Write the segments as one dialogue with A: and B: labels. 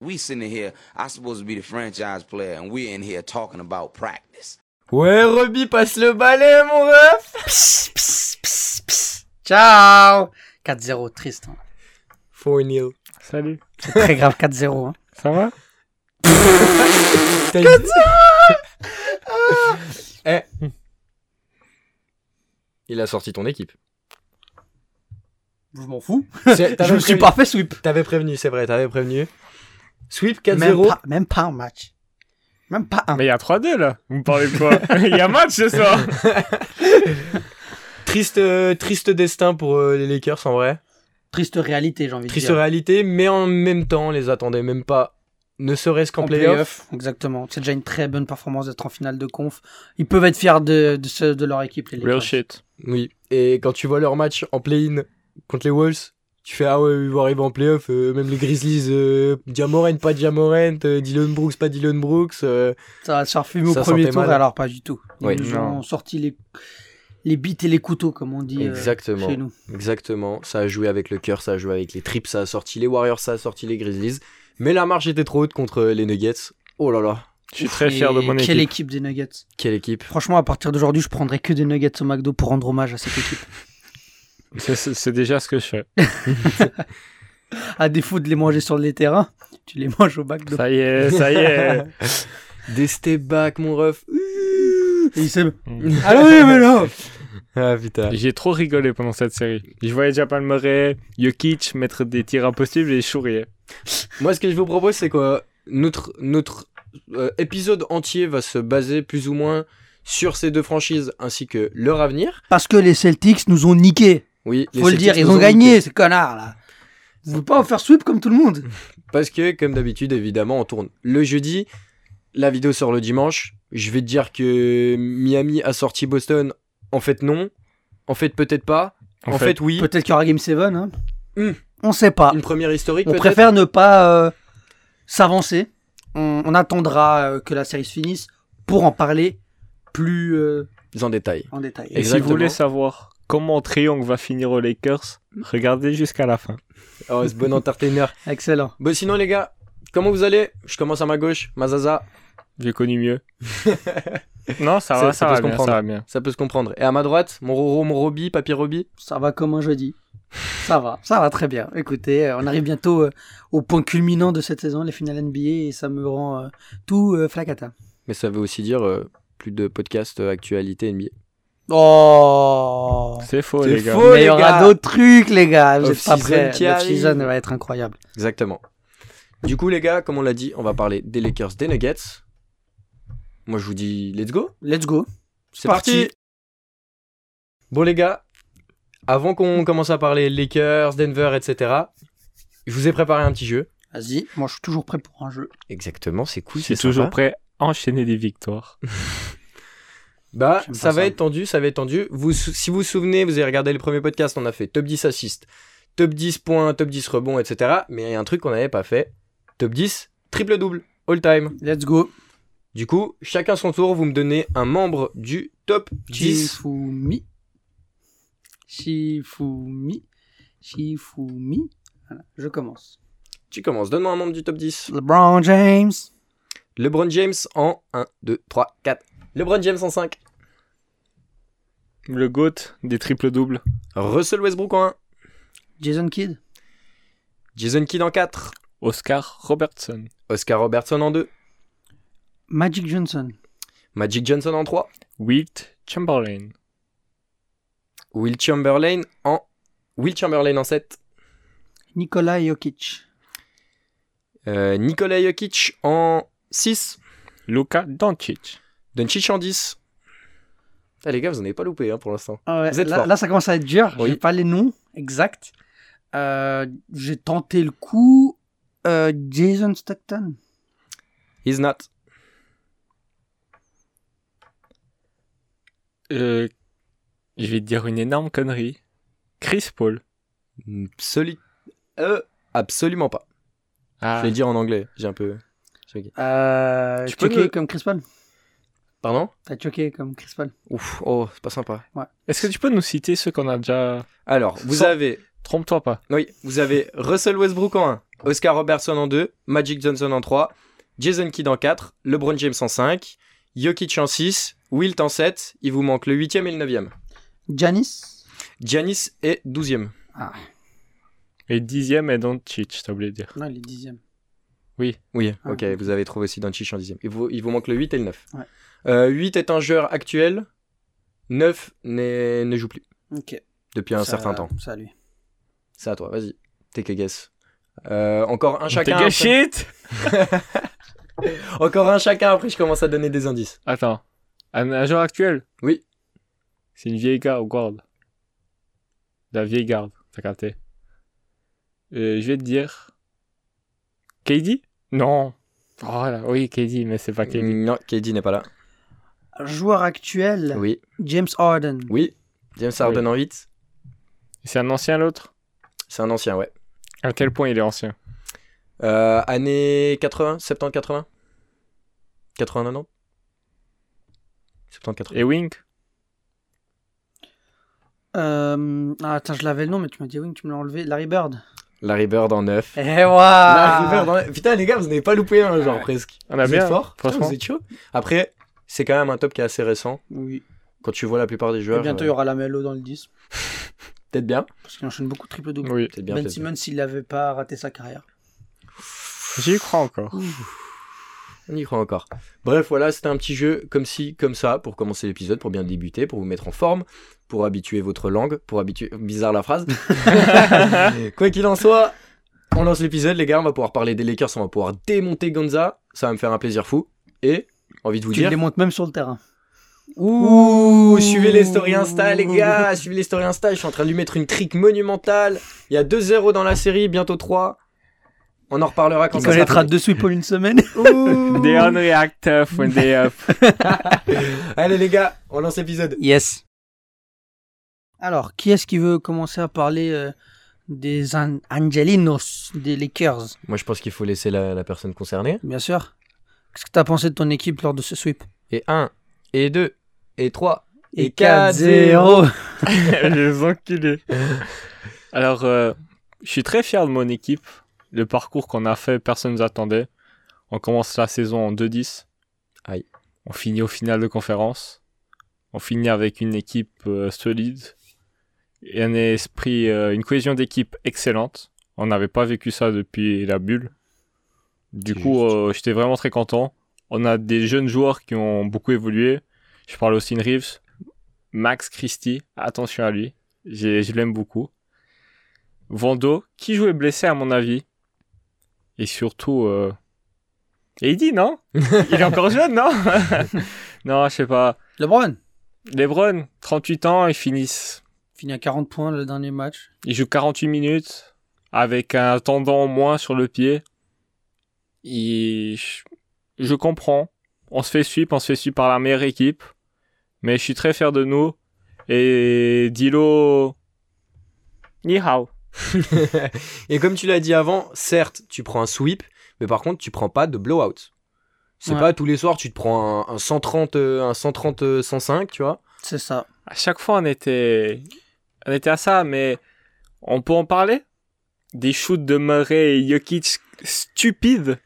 A: We sitting in here, I supposed to be the franchise player, and we're in here talking about practice.
B: Ouais, Roby, passe le balai, mon ref
C: Psst, psst, psst, psst. Ciao 4-0, triste. hein.
B: 4-0.
D: Salut.
C: C'est très grave, 4-0. hein.
D: Ça va
B: Putain, il- Eh. Il a sorti ton équipe.
C: Je m'en fous.
B: C'est-
C: Je
B: t'avais
C: me suis
B: prévenu-
C: pas fait sweep.
B: T'avais prévenu, c'est vrai, t'avais prévenu. Sweep
C: Même
B: 4-0.
C: pas, même pas un match. Même pas un.
D: Mais il y a 3-2 là. Vous me parlez de quoi Il y a match ce soir.
B: Triste, euh, triste destin pour euh, les Lakers en vrai.
C: Triste réalité, j'ai envie
B: Triste
C: de dire.
B: réalité, mais en même temps, on les attendait même pas, ne serait-ce qu'en
C: En
B: playoff.
C: playoff, Exactement. C'est déjà une très bonne performance d'être en finale de conf. Ils peuvent être fiers de, de, ce- de leur équipe, les
D: Real
C: Lakers.
D: shit.
B: Oui. Et quand tu vois leur match en play-in contre les Wolves, tu fais ah ouais, ils vont arriver en playoff, euh, même les Grizzlies, euh, Diamorent, pas Diamorent, euh, Dylan Brooks, pas Dylan Brooks. euh,
C: Ça va se faire fumer au
B: Ça
C: premier
B: sentait
C: tour,
B: mal.
C: et alors pas du tout. Ils
B: Oui.
C: nous
D: Non.
C: ont sorti les, les bites et les couteaux, comme on dit euh,
B: Exactement.
C: chez nous.
B: Exactement, ça a joué avec le cœur, ça a joué avec les trips, ça a sorti les Warriors, ça a sorti les Grizzlies. Mais la marche était trop haute contre euh, les Nuggets. Oh là là,
D: Je suis très fier de
C: Et
D: mon
C: Quelle
D: équipe.
C: équipe des Nuggets
B: quelle équipe.
C: Franchement, à partir d'aujourd'hui, je prendrai que des Nuggets au McDo pour rendre hommage à cette équipe.
D: C'est- C'est c'est déjà ce que je fais.
C: À défaut de les manger sur les terrains, tu les manges au McDo.
D: Ça y est, ça y est.
B: Des step back, mon ref. Ouh.
C: Et ils s'aiment.
D: Mm.
C: Ah oui, mais non
B: Ah putain.
D: J'ai trop rigolé pendant cette série. Je voyais Japan Murray, Jokic mettre des tirs impossibles et je souriais.
B: Moi, ce que je vous propose, c'est quoi Notre, notre euh, épisode entier va se baser plus ou moins sur ces deux franchises ainsi que leur avenir.
C: Parce que les Celtics nous ont niqué.
B: Oui, les
C: Faut le
B: Celtics
C: dire, ils
B: nous
C: ont
B: niqué.
C: gagné, ces connards là. Vous pouvez pas en faire sweep comme tout le monde.
B: Parce que, comme d'habitude, évidemment, on tourne le jeudi. La vidéo sort le dimanche. Je vais te dire que Miami a sorti Boston. En fait, non. En fait, peut-être pas. En, fait, oui.
C: Peut-être qu'il y aura Game 7. Hein.
B: Hmm.
C: On sait pas.
B: Une première historique,
C: On
B: peut-être.
C: préfère ne pas euh, s'avancer. On, on attendra euh, que la série se finisse pour en parler plus euh,
B: En détail.
C: en détail.
D: Et si vous
B: Exactement.
D: voulez savoir comment Triangle va finir aux Lakers, regardez jusqu'à la fin.
B: Oh, ce bon entertainer.
C: Excellent.
B: Bon, sinon, les gars, comment vous allez Je commence à ma gauche. Mazaza,
D: J'ai connu mieux. non,
B: Ça-
D: ça va, ça,
B: ça peut
D: va
B: se
D: bien,
B: comprendre.
D: ça va bien.
B: ça peut se comprendre. Et à ma droite, mon Roro, mon Roby, Papy Roby.
C: Ça va comme un jeudi. Ça va, ça va très bien. Écoutez, euh, on arrive bientôt euh, au point culminant de cette saison, les finales NBA, et ça me rend euh, tout euh, flacata.
B: Mais ça veut aussi dire euh, plus de podcasts euh, actualité NBA.
C: Oh
D: C'est faux,
B: C'est
D: les gars.
B: faux. Oh,
C: Mais il
B: les
C: y aura
B: gars.
C: d'autres trucs, les gars. Vous êtes pas
B: Off-season
C: prêts.
B: qui
C: La season
B: arrive.
C: va être incroyable.
B: Exactement. Du coup, les gars, comme on l'a dit, on va parler des Lakers, des Nuggets. Moi, je vous dis, let's go.
C: Let's go.
B: C'est parti. Bon les gars, avant qu'on commence à parler Lakers, Denver, etc., je vous ai préparé un petit jeu.
C: Vas-y. Moi, je suis toujours prêt pour un jeu.
B: Exactement, c'est cool,
D: Je suis toujours prêt à enchaîner des victoires.
B: Bah,
C: J'aime
B: ça
C: pas
B: va
C: ça.
B: être tendu, ça va être tendu. Vous, sou- si vous vous souvenez, vous avez regardé les premiers podcasts, on a fait top 10 assists, top 10 points, top 10 rebonds, etc. Mais il y a un truc qu'on n'avait pas fait, top 10 triple-double, all-time.
C: Let's go.
B: Du coup, chacun son tour, vous me donnez un membre du top 10.
C: Shifumi. Shifumi. Shifumi. Voilà, je commence.
B: Tu commences, donne-moi un membre du top 10.
C: LeBron James.
B: LeBron James en 1, 2, 3, 4. LeBron James en 5.
D: Le GOAT des triples-doubles.
B: Russell Westbrook en 1.
C: Jason Kidd.
B: Jason Kidd en 4.
D: Oscar Robertson.
B: Oscar Robertson en 2.
C: Magic Johnson.
B: Magic Johnson en 3.
D: Wilt Chamberlain.
B: Will Chamberlain en... Will Chamberlain en 7.
C: Nikola Jokic.
B: Euh, Nikola Jokic en 6.
D: Luka Doncic.
B: Doncic en 10. Ah les gars, vous n'en avez pas loupé hein, pour l'instant.
C: Ah ouais,
B: Vous êtes
C: là,
B: fort.
C: là, ça commence à être dur.
B: Oui.
C: J'ai pas les noms exacts. Euh, J'ai tenté le coup. Euh, Jason Stockton.
B: He's not.
D: Euh, je vais te dire une énorme connerie. Chris Paul.
B: Absolu- euh, absolument pas.
D: Ah,
B: Je vais le dire en anglais. J'ai un peu...
C: Euh,
B: Tu
C: tu
B: peux me-
C: comme Chris Paul.
B: Pardon
C: T'as choqué comme Chris Paul.
B: Ouf, oh, c'est pas sympa.
D: Est-ce que tu peux nous citer ceux qu'on a déjà...
B: Alors, vous
D: Sans-
B: avez
D: Trompe-toi pas.
B: Oui, vous avez Russell Westbrook en 1, Oscar Robertson en 2, Magic Johnson en 3, Jason Kidd en 4, LeBron James en 5, Jokic en 6, Wilt en 7, il vous manque le 8e et le 9e.
C: Janice
B: Giannis est 12e.
C: Ah,
D: Et dixième est Doncic, t'as oublié de dire.
C: non, il est dixième.
B: Oui,
C: Ah.
B: ok, vous avez trouvé aussi Doncic en 10e. Il vous, il vous manque le 8 et le 9.
C: Ouais.
B: Euh, 8 est un joueur actuel, 9 n'est- ne joue plus
C: Ok.
B: depuis un
C: Ça-
B: certain temps.
C: Ça, lui.
B: C'est à toi, vas-y, take a guess. Euh, encore un
D: T'es
B: chacun. après-
D: gâché
B: Encore un chacun, après je commence à donner des indices.
D: Attends. Un, un joueur actuel
B: Oui.
D: C'est une vieille garde, garde. La vieille garde, t'as capté. Euh, je vais te dire. KD Non. Oh là, oui, KD, mais c'est pas KD.
B: Non, KD n'est pas là.
C: Joueur actuel,
B: Oui,
C: James Harden.
B: oui. James Harden en 8.
D: C'est un ancien l'autre
B: C'est un ancien, ouais.
D: À quel point il est ancien
B: Euh, années 80, 70, 80 80, 90 70, 80.
D: Et Wink
C: Euh, ah, attends, je l'avais le nom, mais tu m'as dit oui, tu me l'as enlevé. Larry Bird. hein.
B: Larry Bird en 9.
C: Eh
B: Larry Bird
C: waouh
B: en 9. Putain, les gars, vous n'avez pas loupé un, genre presque.
D: Ah. On a
B: vous
D: bien,
B: êtes fort Putain,
D: franchement.
B: Vous êtes chaud Après, c'est quand même un top qui est assez récent.
C: Oui.
B: Quand tu vois la plupart des
C: Et
B: joueurs.
C: bientôt, il
B: euh,
C: y aura la Melo dans le 10.
B: peut-être bien.
C: Parce qu'il enchaîne beaucoup de triple double.
D: Oui.
B: Peut-être bien.
C: Ben
B: peut-être bien.
C: Simmons, s'il n'avait pas raté sa carrière.
D: J'y crois encore.
B: On y croit encore. Bref, voilà, c'était un petit jeu comme ci, comme ça, pour commencer l'épisode, pour bien débuter, pour vous mettre en forme, pour habituer votre langue, pour habituer. Bizarre la phrase. Quoi qu'il en soit, on lance l'épisode, les gars, on va pouvoir parler des Lakers, on va pouvoir démonter Gonza, ça va me faire un plaisir fou. Et, envie de vous
C: Tu
B: dire.
C: le démontes même sur le terrain.
B: Ouh, suivez les stories Insta, les gars, suivez les stories Insta, je suis en train de lui mettre une trique monumentale. Il y a 2-0 dans la série, bientôt 3. On en reparlera quand
C: Il
B: ça sera
C: connaîtra
B: fini.
C: de suite pour une semaine. Oh.
B: Ouh.
D: They on react tough euh, when they up.
B: Allez les gars, on lance l'épisode.
C: Yes. Alors, qui est-ce qui veut commencer à parler euh, des An- Angelinos, des Lakers
B: Moi je pense qu'il faut laisser la, la personne concernée.
C: Bien sûr. Qu'est-ce que t'as pensé de ton équipe lors de ce sweep
B: Et 1, et 2, et 3. Et
C: 4-0.
D: Les enculés. Alors, euh, je suis très fier de mon équipe. Le parcours qu'on a fait, personne ne nous attendait. On commence la saison en 2-10.
B: Aïe.
D: On finit au final de conférence. On finit avec une équipe euh, solide. Et un esprit, euh, une cohésion d'équipe excellente. On n'avait pas vécu ça depuis la bulle. Du
B: C'est
D: coup,
B: juste.
D: euh, j'étais vraiment très content. On a des jeunes joueurs qui ont beaucoup évolué. Je parle aussi de Reeves, Max Christie, attention à lui, J'ai- je l'aime beaucoup. Vando, qui jouait blessé à mon avis. Et surtout... Euh... Eddie, non Il est encore jeune, non Non, je sais pas.
C: LeBron
D: Lebron, 38 ans, ils finissent.
C: finit à 40 points le dernier match.
D: Il joue 48 minutes avec un tendon au moins sur le pied. Il- je- Je comprends. On se fait suivre, on se fait suivre par la meilleure équipe. Mais je suis très fier de nous. Et Dilo. Ni hao.
B: Et comme tu l'as dit avant, certes, tu prends un sweep, mais par contre, tu prends pas de blowout. C'est
C: Ouais.
B: pas tous les soirs, tu te prends un, un 130, euh, un 130, euh, 105, tu vois.
C: C'est ça.
D: À chaque fois, on était, on était à ça, mais on peut en parler Des shoots de Murray et Jokic stupides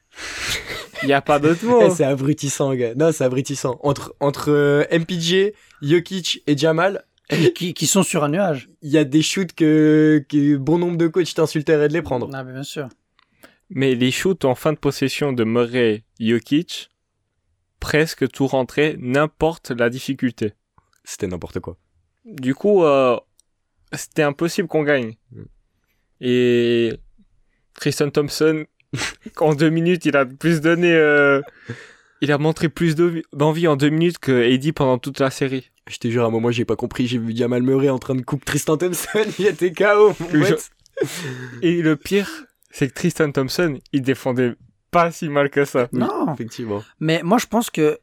D: Il n'y a pas d'autre mot.
B: Eh, c'est abrutissant, gars. Non, c'est abrutissant. Entre, entre euh, MPJ, Jokic et Jamal,
C: qui, qui sont sur un nuage.
B: il y a des shoots que, que bon nombre de coachs t'insulteraient de les prendre.
C: Ah, mais bien sûr.
D: Mais les shoots en fin de possession de Murray Jokic, presque tout rentré, n'importe la difficulté.
B: C'était n'importe quoi.
D: Du coup, euh, c'était impossible qu'on gagne.
B: Mm.
D: Et Tristan Thompson, en deux minutes, il a plus donné. euh, il a montré plus d'envi- d'envie en deux minutes que Eddie pendant toute la série.
B: Je te jure, à un moment, j'ai pas compris. J'ai vu Jamal Murray en train de couper Tristan Thompson. Il était KO, mon
D: Je-
B: pote.
D: Et le pire, c'est que Tristan Thompson, il défendait pas si mal que ça.
B: Oui.
C: Non.
B: Effectivement.
C: Mais moi, je pense que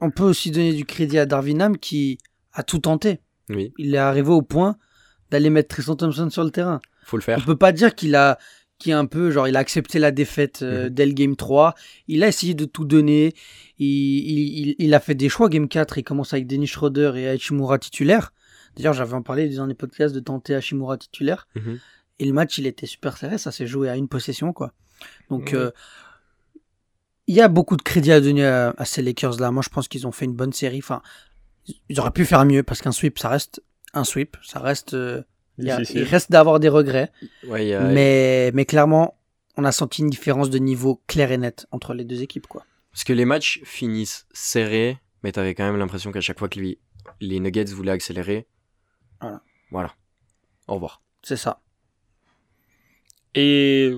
C: on peut aussi donner du crédit à Darwin Ham qui a tout tenté.
B: Oui,
C: Il est arrivé au point d'aller mettre Tristan Thompson sur le terrain.
B: faut le
C: On
B: faire.
C: peut pas dire qu'il a qui un peu genre il a accepté la défaite euh,
B: Mhm.
C: dès le game 3, il a essayé de tout donner, il, il, il- il a fait des choix game 4, il commence avec Denis Schroeder et Hachimura titulaire. D'ailleurs, j'avais en parlé dans les podcasts de tenter Hashimura titulaire.
B: Mhm.
C: Et le match, il était super serré. Ça s'est joué à une possession, quoi. Donc, euh, il y a beaucoup de crédit à donner à, à ces Lakers-là. Moi, je pense qu'ils ont fait une bonne série. Enfin, ils- ils auraient pu faire mieux parce qu'un sweep, ça reste un sweep. Ça reste. euh, il y a-
D: Difficile.
C: il reste d'avoir des regrets.
B: Ouais, il y a-
C: Mais, mais clairement, on a senti une différence de niveau claire et nette entre les deux équipes, quoi.
B: Parce que les matchs finissent serrés, mais t'avais quand même l'impression qu'à chaque fois que lui, les Nuggets voulaient accélérer.
C: Voilà.
B: Voilà. Au revoir.
C: C'est ça.
D: Et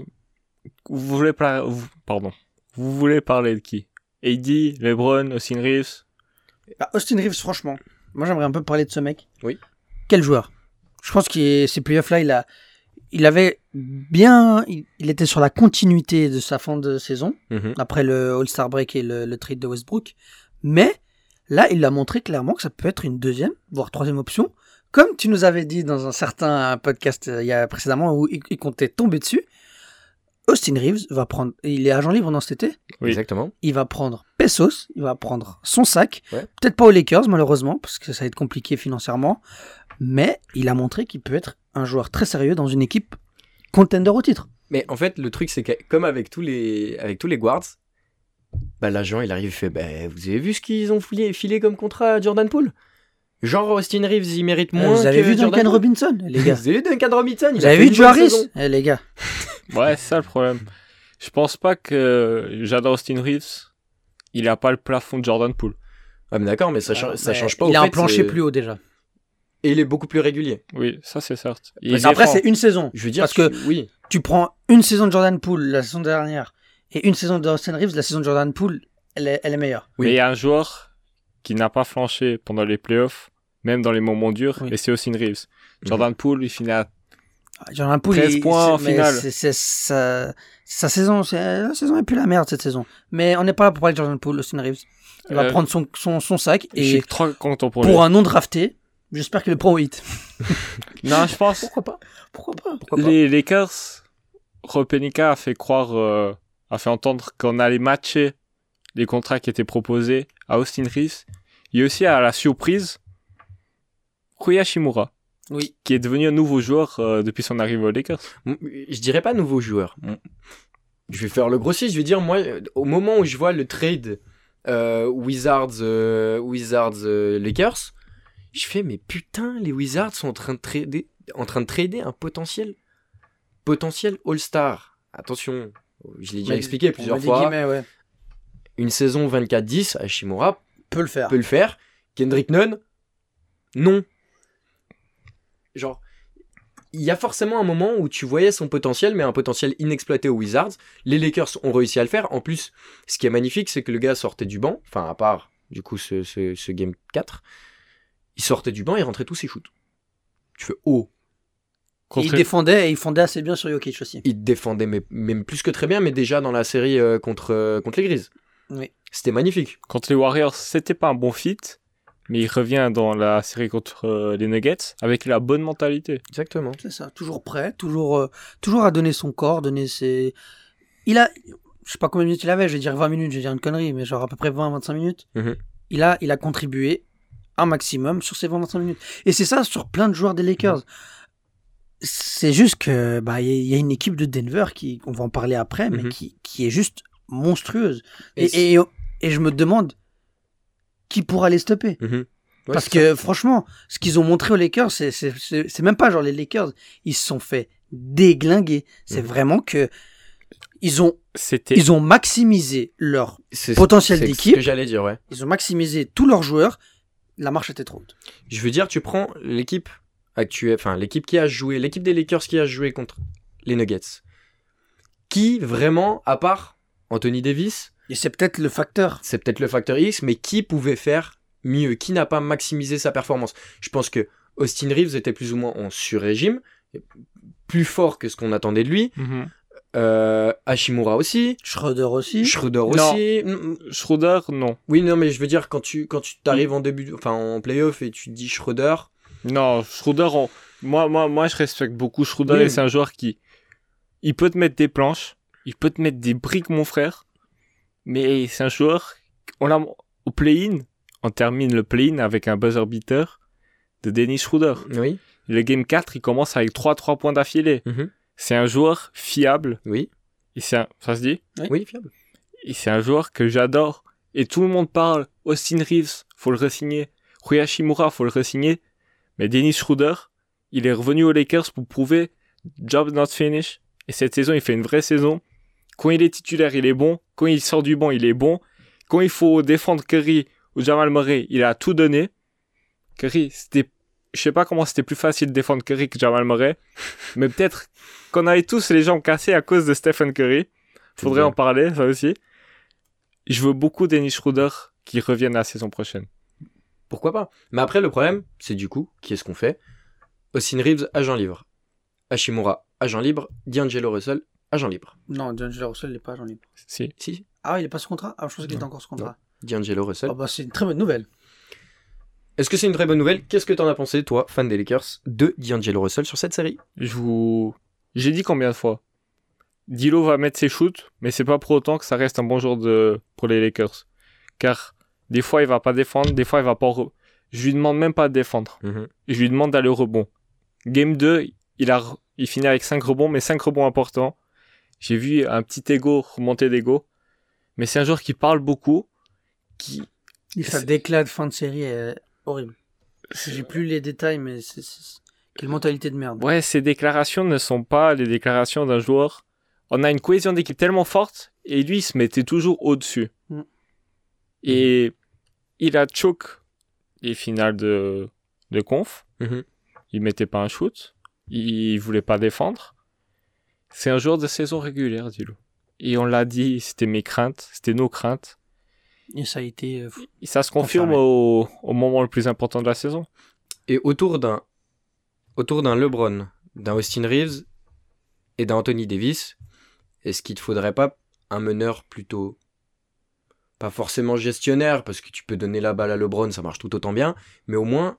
D: vous voulez, par- vous- pardon. vous voulez parler de qui Eddie, LeBron, Austin Reeves
C: Bah, Austin Reeves, franchement, moi j'aimerais un peu parler de ce mec.
B: Oui.
C: Quel joueur Je pense que ces playoffs-là, il, a, il avait bien. Il, il était sur la continuité de sa fin de saison,
B: Mhm.
C: après le All-Star Break et le, le trade de Westbrook. Mais là, il a montré clairement que ça peut être une deuxième, voire troisième option. Comme tu nous avais dit dans un certain podcast euh, il y a précédemment où il, il comptait tomber dessus, Austin Reeves va prendre. Il est agent libre pendant cet été
D: Oui.
B: Exactement.
C: il va prendre Pesos, il va prendre son sac.
B: Ouais.
C: Peut-être pas aux Lakers, malheureusement, parce que ça va être compliqué financièrement. Mais il a montré qu'il peut être un joueur très sérieux dans une équipe contender au titre.
B: Mais en fait, le truc, c'est que comme avec tous les, avec tous les guards, bah, l'agent, il arrive et fait bah, Vous avez vu ce qu'ils ont filé, filé comme contrat à Jordan Poole Genre, Austin Reeves, il mérite moins.
C: Euh, Vous avez
B: que
C: vu
B: Jordan
C: Duncan
B: Poole.
C: Robinson, les gars
B: Vous avez vu Duncan Robinson il
C: Vous
B: a
C: avez
B: fait
C: vu
B: une
C: Joe
B: bonne
C: Harris
B: saison.
C: Eh, Les gars,
D: Ouais, c'est ça le problème. Je pense pas que j'adore Austin Reeves. Il a pas le plafond de Jordan Poole.
B: Ouais, mais d'accord, mais ça, cha- ça
C: Ouais,
B: change pas.
C: Ah, Il
B: au
C: a un
B: fait,
C: plancher
B: c'est-
C: plus haut déjà.
B: Et il est beaucoup plus régulier.
D: Oui, ça c'est certes. Il
C: Parce Après,
D: défend.
C: c'est une saison.
B: Je veux dire,
C: Parce
B: tu-
C: que
B: Oui.
C: Tu prends une saison de Jordan Poole la saison dernière et une saison d'Austin Reeves, la saison de Jordan Poole, elle est, elle est meilleure.
B: oui.
D: Mais il y a un joueur qui n'a pas flanché pendant les playoffs, même dans les moments durs,
C: Oui. Mhm.
D: et c'est Austin Reeves. Jordan Poole, il finit à
C: Ah, Jordan Poole,
D: 13
C: il-
D: points en
C: c'est- mais
D: finale.
C: c'est- c'est sa, sa saison, c'est- la saison est plus la merde cette saison. Mais on n'est pas là pour parler de Jordan Poole, Austin Reeves. Il va
D: Euh,
C: prendre son, son, son sac
D: Je
C: et
D: suis trop content pour, lui.
C: pour un non drafté, j'espère qu'il le prend au hit.
D: Non, je pense.
C: Ah, Pourquoi pas Pourquoi pas
D: les Lakers, Ropenica a fait croire, euh, a fait entendre qu'on allait matcher les contrats qui étaient proposés à Austin Reeves. Il y a aussi à la surprise Koyashimura,
C: Oui.
D: qui est devenu un nouveau joueur euh, depuis son arrivée aux Lakers.
B: M- Je dirais pas nouveau joueur. Je vais faire le grossier. Je vais dire, moi, euh, au moment où je vois le trade euh, Wizards, euh, Wizards euh, Lakers, je fais, mais putain, les Wizards sont en train de trader, en train de trader un potentiel, potentiel All-Star. Attention, je l'ai déjà expliqué plusieurs fois.
C: Ouais.
B: Une saison 24-10 à Shimura
C: Peut le faire.
B: peut le faire. Kendrick Nunn, non. Genre, il y a forcément un moment où tu voyais son potentiel, mais un potentiel inexploité aux Wizards. Les Lakers ont réussi à le faire. En plus, ce qui est magnifique, c'est que le gars sortait du banc, enfin, à part du coup ce, ce- ce game 4, il sortait du banc et rentrait tous ses shoots. Tu fais oh,
C: Et il défendait et il fondait assez bien sur Jokic aussi.
B: il défendait mais- même plus que très bien, mais déjà dans la série euh, contre, euh, contre les Grises.
C: Oui.
B: C'était magnifique.
D: Contre les Warriors, c'était pas un bon fit, mais il revient dans la série contre euh, les Nuggets avec la bonne mentalité.
B: Exactement.
C: C'est ça, toujours prêt, toujours, euh, toujours à donner son corps, donner ses. Il a. Je sais pas combien de minutes il avait, je vais dire 20 minutes, je vais dire une connerie, mais genre à peu près 20-25 minutes.
B: Mhm.
C: il, a, il a contribué un maximum sur ces 20-25 minutes. Et c'est ça sur plein de joueurs des Lakers. C'est juste que bah, il y a- il y a une équipe de Denver qui, on va en parler après, mais
B: Mhm.
C: qui, qui est juste monstrueuse.
B: Et
C: Et, et, et je me demande qui pourra les stopper.
B: Mhm. Ouais,
C: Parce
B: c'est ça.
C: que franchement, ce qu'ils ont montré aux Lakers, c'est- c'est c'est- c'est même pas genre les Lakers, ils se sont fait déglinguer. C'est
B: Mhm.
C: vraiment que ils ont,
D: C'était
C: ils ont maximisé leur,
B: C'est-
C: potentiel
B: c'est
C: d'équipe.
B: ce que j'allais dire, ouais.
C: ils ont maximisé tous leurs joueurs. La marche était trop haute.
B: Je veux dire, tu prends l'équipe actuelle, enfin l'équipe qui a joué, l'équipe des Lakers qui a joué contre les Nuggets. Qui vraiment, à part Anthony Davis,
C: Et c'est peut-être le facteur.
B: c'est peut-être le facteur X, mais qui pouvait faire mieux Qui n'a pas maximisé sa performance Je pense que Austin Reeves était plus ou moins en sur-régime, plus fort que ce qu'on attendait de lui.
D: Mhm.
B: Euh, Hashimura aussi,
C: Schroeder aussi.
B: Schroeder
D: Non.
B: aussi. Mm, mm.
D: Schroeder, non.
B: Oui, non, mais je veux dire, quand tu, quand tu t'arrives en début, enfin en playoff et tu te dis Schroeder,
D: Non, Schroeder, on- moi, moi, moi, je respecte beaucoup Schroeder
B: Oui.
D: et c'est un joueur qui, il peut te mettre des planches, il peut te mettre des briques, mon frère, mais c'est un joueur, on l'a, au play-in, on termine le play-in avec un buzzer beater, de Dennis Schroeder.
B: Oui.
D: Le game 4, il commence avec 3-3 points d'affilée.
B: Mhm.
D: C'est un joueur fiable.
B: Oui.
D: Et c'est un- Ça se dit
B: Oui, fiable.
D: Et c'est un joueur que j'adore. Et tout le monde parle. Austin Reeves, faut le resigner. Rui Hashimura, faut le resigner. Mais Dennis Schroeder, il est revenu aux Lakers pour prouver job not finished. Et cette saison, il fait une vraie saison. Quand il est titulaire, il est bon. Quand il sort du banc, il est bon. Quand il faut défendre Curry ou Jamal Murray, il a tout donné. Curry, c'était, je sais pas comment c'était plus facile de défendre Curry que Jamal Murray, mais peut-être qu'on avait tous les jambes cassées à cause de Stephen Curry. Faudrait
B: Exact.
D: en parler, ça aussi. Je veux beaucoup Dennis Schroeder qui revienne la saison prochaine.
B: Pourquoi pas Mais après, le problème, c'est du coup, qui est-ce qu'on fait Austin Reeves, agent libre. Hashimura, agent libre. D'Angelo Russell, agent libre.
C: Non, D'Angelo Russell, il est pas agent libre.
D: Si.
B: Si,
C: Ah, il est pas sous contrat Ah, je pensais qu'il était encore sous contrat.
B: D'Angelo
C: Ah,
B: Russell.
C: bah, c'est une très bonne nouvelle.
B: Est-ce que c'est une très bonne nouvelle Qu'est-ce que t'en as pensé, toi, fan des Lakers, de D'Angelo Russell sur cette série
D: Je vous. J'ai dit combien de fois Dilo va mettre ses shoots, mais c'est pas pour autant que ça reste un bon jour de... pour les Lakers. Car des fois, il va pas défendre, des fois, il va pas. re- Je lui demande même pas de défendre. Je lui demande d'aller au rebond. Game 2, il, a, re- il finit avec 5 rebonds, mais 5 rebonds importants. J'ai vu un petit ego remonter d'ego. Mais c'est un joueur qui parle beaucoup. Qui...
C: Et Sa
D: C'est-
C: déclat de fin de série est horrible. J'ai plus les détails, mais c'est. c'est- Quelle mentalité de merde.
D: Ouais, ses déclarations ne sont pas les déclarations d'un joueur. On a une cohésion d'équipe tellement forte et lui, il se mettait toujours au-dessus.
C: Mm.
D: Et il a choke les finales de, de conf.
B: Mhm.
D: Il mettait pas un shoot. Il voulait pas défendre. C'est un joueur de saison régulière, dis-le. Et on l'a dit, c'était mes craintes, c'était nos craintes.
C: Et ça a été. euh, fou.
D: Et ça se confirme
C: Confirmé.
D: au, au moment le plus important de la saison.
B: Et autour d'un autour d'un LeBron, d'un Austin Reeves et d'un Anthony Davis, est-ce qu'il ne faudrait pas un meneur plutôt pas forcément gestionnaire parce que tu peux donner la balle à LeBron, ça marche tout autant bien, mais au moins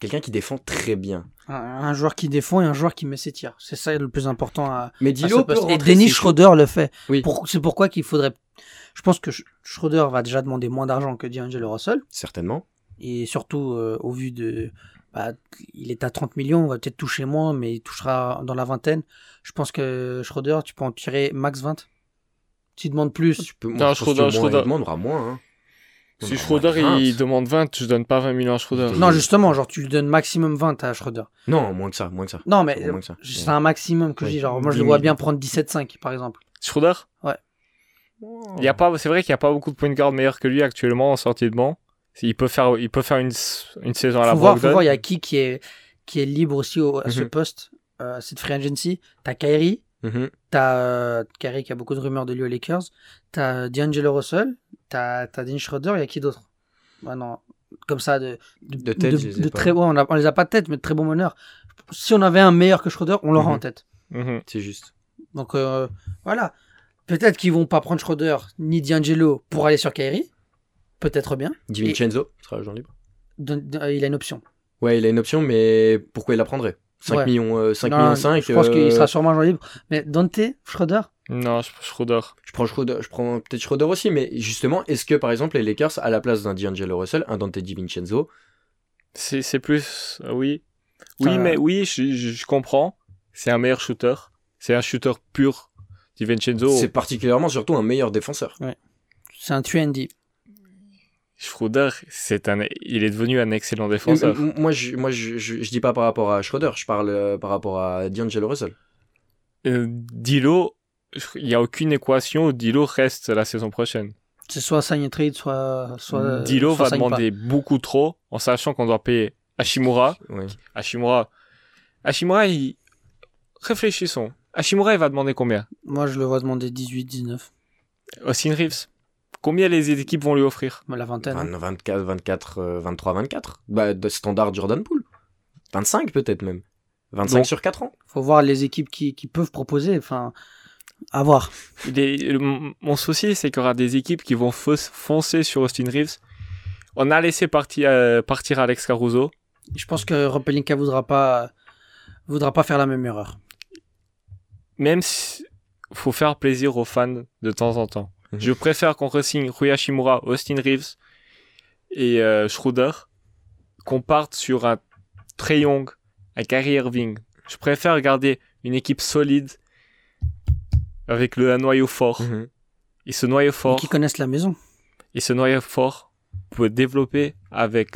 B: quelqu'un qui défend très bien.
C: Un, un joueur qui défend et un joueur qui met ses tirs. C'est ça le plus important à.
B: Mais
C: à
B: Dilo
C: ce
B: peut
C: poste. Et
B: rentrer
C: Denis
B: ses
C: Schroeder le fait.
B: Oui.
C: Pour- c'est pourquoi qu'il faudrait. Je pense que Sch- Schroeder va déjà demander moins d'argent que D'Angelo Russell.
B: shoots, certainement.
C: Et surtout, euh, au vu de. bah, il est à 30 millions, on va peut-être toucher moins, mais il touchera dans la vingtaine. Je pense que Schroeder, tu peux en tirer max 20. Tu demandes plus.
B: Tu peux moi,
D: Non,
B: je pense
D: Schroeder,
B: qu'au moins,
D: Schroeder.
B: il demandera moins. hein. Il
D: Si
B: demandera
D: Schroeder
B: moins de
D: il
B: crainte.
D: demande 20, je donne pas 20 millions à Schroeder.
B: Non,
C: Non, justement, genre, tu lui donnes maximum 20 à Schroeder.
B: Non, moins que ça, moins que ça.
C: Non, mais
D: Euh,
B: Au moins que ça.
C: c'est un maximum que
B: Oui.
C: je dis. Genre, moi, je
D: 10
C: le
D: 000.
C: vois bien prendre 17,5 par exemple.
D: Schroeder
B: Ouais.
D: Il y a pas, c'est vrai qu'il n'y a pas beaucoup de point guard meilleurs que lui actuellement en sortie de banc. C'est- Il peut faire, il peut faire une, s- une saison à la
C: faut voir, faut
D: Brogdon.
C: voir, il y a qui qui est, qui est libre aussi au- à ce
B: Mhm.
C: poste, euh, cette free agency. T'as Kyrie,
B: Mhm.
C: t'as euh, Kyrie qui a beaucoup de rumeurs de lui aux Lakers, t'as euh, D'Angelo Russell, t'as t'as Dean Schroeder, il y a qui d'autre Ouais, non, comme ça de
B: De tête, je les ai
C: de
B: pas.
C: très, ouais, on, a- on les a pas de tête, mais de très bon meneur. Si on avait un meilleur que Schroeder, on l'aurait
B: Mhm.
C: en tête.
D: Mhm.
B: C'est juste.
C: Donc euh, voilà, peut-être qu'ils vont pas prendre Schroeder ni D'Angelo pour aller sur Kyrie, peut-être bien.
B: DiVincenzo sera agent libre.
C: De- de- euh, il a une option.
B: Ouais, il a une option, mais pourquoi il la prendrait 5
C: Ouais.
B: millions, euh, 5
C: Non,
B: millions
C: non,
B: 5.
C: Je pense qu'il
B: euh,
C: sera sûrement agent libre. Mais Dante, Schroeder,
D: Non, Sch- Schroeder.
B: Je prends, Schroeder- je prends peut-être Schroeder aussi, mais justement, est-ce que par exemple les Lakers, à la place d'un D'Angelo Russell, un Dante DiVincenzo,
D: C'est, c'est plus, euh, oui.
C: Ça-
D: Oui, mais oui, je, je- je comprends. C'est un meilleur shooter. C'est un shooter pur. DiVincenzo.
B: c'est particulièrement surtout un meilleur défenseur
C: c'est un trendy.
D: Schroeder, c'est un, il est devenu un excellent
B: Et,
D: défenseur.
B: euh, m- Moi, je, moi je, je- je dis pas par rapport à Schroeder, je parle euh, par rapport à D'Angelo Russell.
D: Euh, Dilo, je- il n'y a aucune équation où Dilo reste la saison prochaine.
C: C'est soit sign and trade, soit. soit euh,
D: Dilo
C: soit
D: va
C: sign pas.
D: demander beaucoup trop en sachant qu'on doit payer Hashimura.
B: Ouais.
D: Hashimura. Hashimura, il... réfléchissons. Hashimura, il va demander combien
C: Moi, je le vois demander 18, 19,
D: Austin Reeves. Combien les équipes vont lui offrir
C: mais la vingtaine. hein.
B: 20, 24, 24, euh, 23, 24. Bah, de standard Jordan Poole. 25 peut-être même. 25
D: Bon.
B: sur 4 ans.
C: hein. Faut voir les équipes qui, qui peuvent proposer. Enfin, à voir.
D: Il est- le- mon- Mon souci, c'est qu'il y aura des équipes qui vont fausse- foncer sur Austin Reeves. On a laissé partir, euh, partir Alex Caruso.
C: Je pense que Repelinka voudra pas voudra pas faire la même erreur.
D: Même si faut faire plaisir aux fans de temps en temps.
B: Mhm.
D: Je préfère qu'on re-signe Rui Hashimura, Austin Reeves et euh, Schroeder qu'on parte sur un Trey Young à Kyrie Irving. Je préfère regarder une équipe solide avec le, un noyau fort.
B: Mhm.
D: Et ce noyau fort,
C: Qui connaissent la maison.
D: et ce noyau fort peut développer avec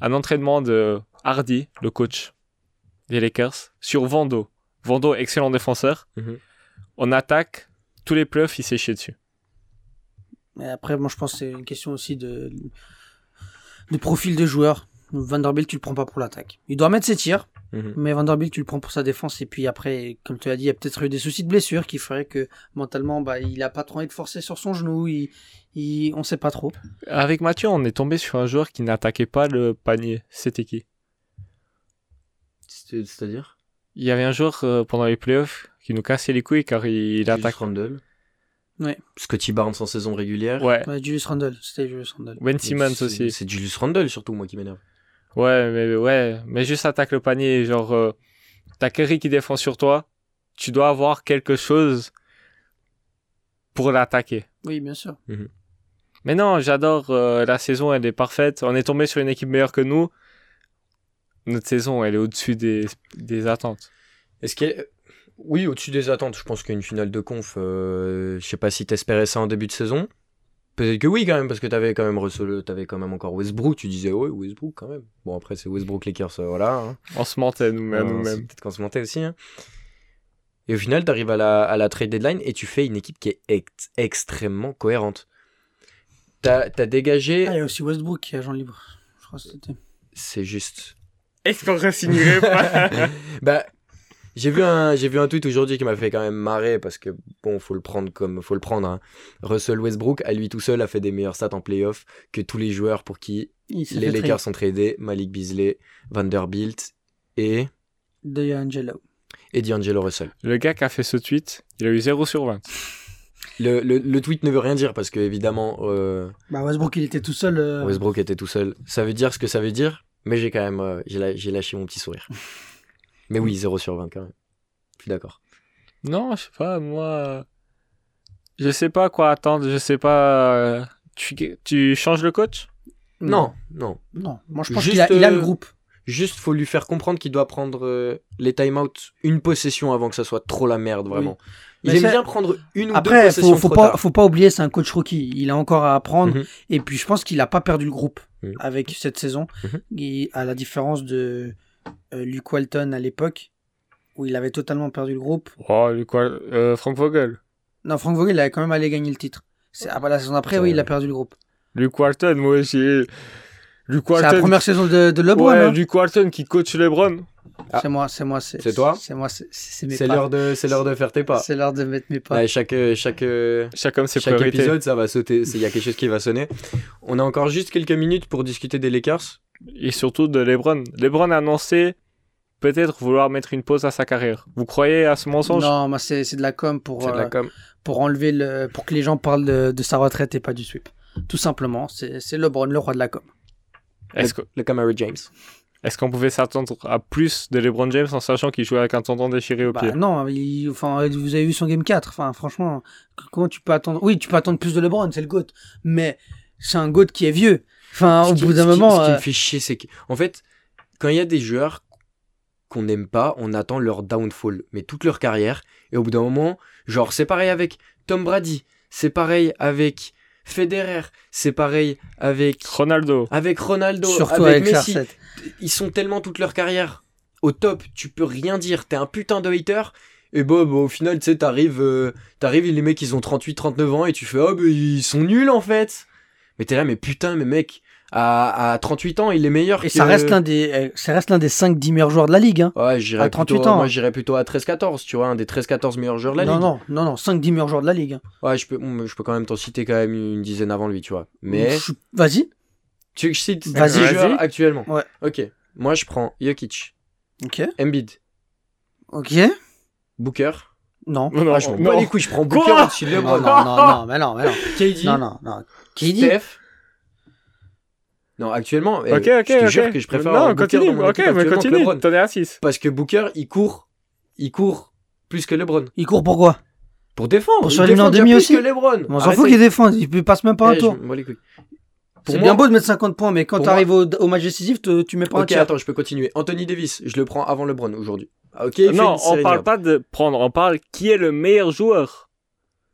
D: un entraînement de Hardy, le coach des Lakers, sur Vando. Vando, excellent défenseur.
B: Mhm.
D: On attaque, tous les playoffs, il s'est chié dessus.
C: Et après, moi, je pense que c'est une question aussi de, de profil des joueurs. Vanderbilt, tu le prends pas pour l'attaque. Il doit mettre ses tirs,
B: Mhm.
C: mais Vanderbilt, tu le prends pour sa défense. Et puis après, comme tu l'as dit, il y a peut-être eu des soucis de blessure qui ferait que mentalement, bah, il a pas trop envie de forcer sur son genou. Il, il- on sait pas trop.
D: Avec Mathieu, on est tombé sur un joueur qui n'attaquait pas le panier. C'était qui
B: C'est-à-dire
D: Il y avait un joueur euh, pendant les playoffs qui nous cassait les couilles car il, il attaque.
B: Randall.
C: Ouais.
B: Scotty Barnes en saison régulière.
D: Ouais.
C: Ouais, Bah, Julius Randle, c'était Julius Randle.
D: Ben Simmons
B: C'est-
D: aussi.
B: C'est Julius Randall surtout, moi qui m'énerve.
D: Ouais, mais ouais, mais juste attaque le panier, genre euh, t'as Curry qui défend sur toi, tu dois avoir quelque chose pour l'attaquer.
C: Oui, bien sûr.
D: Mais non, j'adore euh, la saison, elle est parfaite. On est tombé sur une équipe meilleure que nous. Notre saison, elle est au-dessus des, des attentes.
B: Est-ce qu'elle. Oui, au-dessus des attentes, je pense qu'une finale de conf, euh, je sais pas si t'espérais ça en début de saison. Peut-être que oui, quand même, parce que t'avais quand même reçu, t'avais quand même encore Westbrook, tu disais, ouais, Westbrook quand même. Bon, après, c'est Westbrook Lakers, euh, voilà. hein.
D: On se mentait nous- à
B: Euh, c'est
D: nous-mêmes.
B: Peut-être qu'on se mentait aussi. hein. Et au final, t'arrives à la, à la trade deadline et tu fais une équipe qui est ex- extrêmement cohérente. T'as as dégagé.
C: Ah, il y a aussi Westbrook qui est agent libre. Je crois que c'était.
B: C'est juste.
D: Est-ce qu'on re-signerait pas
B: bah, j'ai vu un j'ai vu un tweet aujourd'hui qui m'a fait quand même marrer parce que bon, faut le prendre comme faut le prendre. hein. Russell Westbrook à lui tout seul a fait des meilleurs stats en playoff que tous les joueurs pour qui
C: Il s'est
B: les
C: fait
B: Lakers sont tradés, Malik Beasley, Vanderbilt et
C: trader De Angelo.
B: et D'Angelo Russell.
D: Le gars qui a fait ce tweet, il a eu 0 sur 20.
B: Le, le, le tweet ne veut rien dire parce que évidemment euh,
C: Bah, Westbrook, il était tout seul. euh,
B: Westbrook était tout seul. Ça veut dire ce que ça veut dire, mais j'ai quand même euh, j'ai la- j'ai lâché mon petit sourire. mais oui, 0 sur 20 quand même. Je suis d'accord.
D: Non, je sais pas, moi. Je sais pas quoi attendre, je sais pas. euh, Tu, tu changes le coach
B: Non, non.
C: Non, moi je pense
B: Juste,
C: qu'il a, il a le
B: euh,
C: groupe.
B: Juste, faut lui faire comprendre qu'il doit prendre euh, les timeouts une possession avant que ça soit trop la merde, vraiment. Il
C: Mais
B: aime
C: c'est-
B: bien prendre une ou deux
C: Après,
B: possessions
C: faut, faut
B: trop
C: pas,
B: tard.
C: faut pas oublier, c'est un coach rookie. Il a encore à apprendre.
B: Mhm.
C: Et puis, je pense qu'il a pas perdu le groupe
B: Mhm.
C: avec cette saison.
B: Mhm.
C: Il- à la différence de euh, Luke Walton à l'époque, où il avait totalement perdu le groupe.
D: Oh, le quoi euh, Frank Vogel.
C: Non, Frank Vogel, il avait quand même allé gagner le titre. C'est après la saison après,
B: Ça,
C: oui, il a
B: ouais.
C: perdu le groupe.
D: Luke Walton, moi j'ai. Luke
C: C'est
D: Walton.
C: la première saison de, de LeBron.
D: Ouais,
C: hein.
D: Luke Walton qui coach LeBron.
B: Ah.
C: C'est moi, c'est moi, c'est.
B: C'est toi
C: C'est moi, c'est c'est mes
B: C'est
C: pas.
B: l'heure de, c'est l'heure de faire tes pas.
C: C'est l'heure de mettre mes pas.
B: Ouais, chaque, euh, chaque, euh,
D: Chaque homme ses
B: chaque
D: priorités.
B: épisode, ça va sauter. C'est- Il y a quelque chose qui va sonner. On a encore juste quelques minutes pour discuter des Lakers.
D: Et surtout de LeBron. LeBron a annoncé peut-être vouloir mettre une pause à sa carrière. Vous croyez à ce mensonge
C: non, moi, c'est c'est de la com pour.
B: C'est de la
C: euh,
B: com.
C: pour enlever le, pour que les gens parlent de, de sa retraite et pas du sweep. Tout simplement, c'est c'est LeBron, le roi de la com.
D: Est-ce que-
B: Le Camaro James.
D: est-ce qu'on pouvait s'attendre à plus de LeBron James en sachant qu'il jouait avec un tendon déchiré au
C: Bah,
D: pied
C: non, il- enfin, vous avez vu son game 4. Enfin, franchement, c- comment tu peux attendre Oui, tu peux attendre plus de LeBron, c'est le GOAT. Mais c'est un GOAT qui est vieux. Enfin,
B: Ce
C: au
B: qui-
C: bout d'un
B: ce qui-
C: moment.
B: Ce qui
C: euh,
B: me fait chier, c'est que, en fait, quand il y a des joueurs qu'on n'aime pas, on attend leur downfall, mais toute leur carrière. Et au bout d'un moment, genre, c'est pareil avec Tom Brady, c'est pareil avec Federer, c'est pareil avec,
D: Ronaldo.
B: avec Ronaldo,
C: Surtout
B: avec,
C: avec, la
B: Messi.
C: recette.
B: Ils sont tellement toute leur carrière au top, tu peux rien dire, t'es un putain de hater. Et bah, bah, au final, tu sais, t'arrives, euh, t'arrives, les mecs, ils ont 38, 39 ans, et tu fais, oh, bah, ils sont nuls, en fait. Mais t'es là, mais putain, mais mec, à, à 38 ans, il est meilleur
C: Et
B: que-
C: ça reste l'un des, euh, ça reste l'un des 5-10 meilleurs joueurs de la ligue. Hein.
B: Ouais, j'irais
C: à 38
B: plutôt-
C: ans.
B: Moi, j'irais plutôt à 13-14, tu vois, un des 13-14 meilleurs joueurs de la
C: non,
B: ligue.
C: non, non, non, 5-10 meilleurs joueurs de la ligue. hein.
B: Ouais, je peux, bon, je peux quand même t'en citer quand même une dizaine avant lui, tu vois. Mais,
C: Je- Vas-y.
B: tu veux que je cite
C: Vas-y.
B: dix joueurs
D: Vas-y.
B: actuellement.
C: Ouais.
B: Ok. Moi, je prends Jokic,
C: Ok.
B: Embiid,
C: Ok.
B: Booker.
C: Non.
D: Non,
B: Ah, je prends pas les couilles, je prends
D: Quoi
B: Booker au-dessus de
C: Non,
B: LeBron.
C: non, non, non, mais non, mais non.
B: KD,
C: Non, non, non. Qui dit
B: Steph. Non, actuellement, ok
D: Ok, ok,
B: Eh, je te
D: ok.
B: jure que je préfère
D: Non,
B: Booker
D: continue.
B: dans mon
D: Ok,
B: équipe
D: mais
B: actuellement que
D: continue.
B: LeBron.
D: T'en es à 6.
B: Parce que Booker, il court, il court plus que LeBron.
C: Il court pourquoi
B: Pour défendre,
C: Pour
B: il
C: survivre
B: défend
C: en
B: déjà
C: demi
B: plus
C: aussi.
B: que LeBron. Eh,
C: On s'en fout qu'il défende, il passe même pas un tour.
B: Moi, les couilles. Pour
C: C'est
B: moi-
C: bien beau de mettre 50 points, mais quand
B: pour
C: tu arrives au, au match décisif, te- tu mets pas un
B: Ok,
C: tiers.
B: attends, je peux continuer. Anthony Davis, je le prends avant LeBron aujourd'hui. Ah, Ok, il fait
D: non,
B: une série
D: on
B: de
D: parle
B: merde.
D: pas de prendre, on parle qui est le meilleur joueur.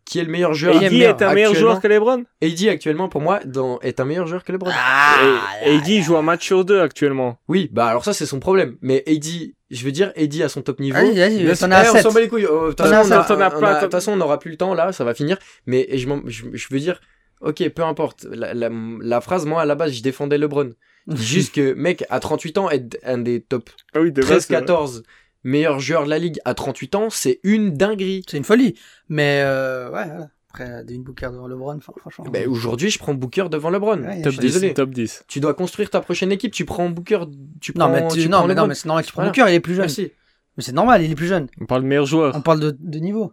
B: Qui est le meilleur
D: Et
B: joueur
D: qui est un meilleur joueur
B: actuellement
D: que LeBron
B: AD actuellement pour moi dans- est un meilleur joueur que LeBron.
C: Ah,
D: Et AD joue un match sur deux actuellement.
B: Oui, bah alors ça c'est son problème. Mais AD, je veux dire AD à son top niveau.
C: Vas-y, vas-y,
B: Eh,
C: euh, t'en as
B: on
C: sept.
B: s'en bat les couilles. Oh, De toute
C: T'en as
B: façon, on
C: sept,
B: a-
D: t'en as
B: on
D: plein,
B: a-
D: t'en-
B: de toute façon, on n'aura plus le temps là, ça va finir. Mais et je, m'en- je, je veux dire, ok, peu importe. La, la- la phrase, moi à la base, je défendais LeBron. Je dis Juste que, mec, à 38 ans, être un des top
D: Ah oui, de base, c'est vrai.
B: 13-14 meilleurs joueurs de la ligue à 38 ans, c'est une dinguerie.
C: C'est une folie. Mais euh, ouais, voilà. après, Devin Booker devant LeBron, enfin, franchement.
B: Ben, aujourd'hui, je prends Booker devant LeBron.
C: Ouais,
D: Top
C: je-
D: 10,
B: désolé.
D: top 10.
B: Tu dois construire ta prochaine équipe. Tu prends Booker. Tu prends,
C: non, mais tu-
B: tu
C: non,
B: prends
C: mais non,
B: LeBron.
C: mais c'est normal qu'il prend
B: Voilà.
C: Booker, il est plus jeune.
B: Merci. Oh.
C: Mais c'est normal, il est plus jeune.
D: On parle de meilleur joueur.
C: On parle de, de niveau.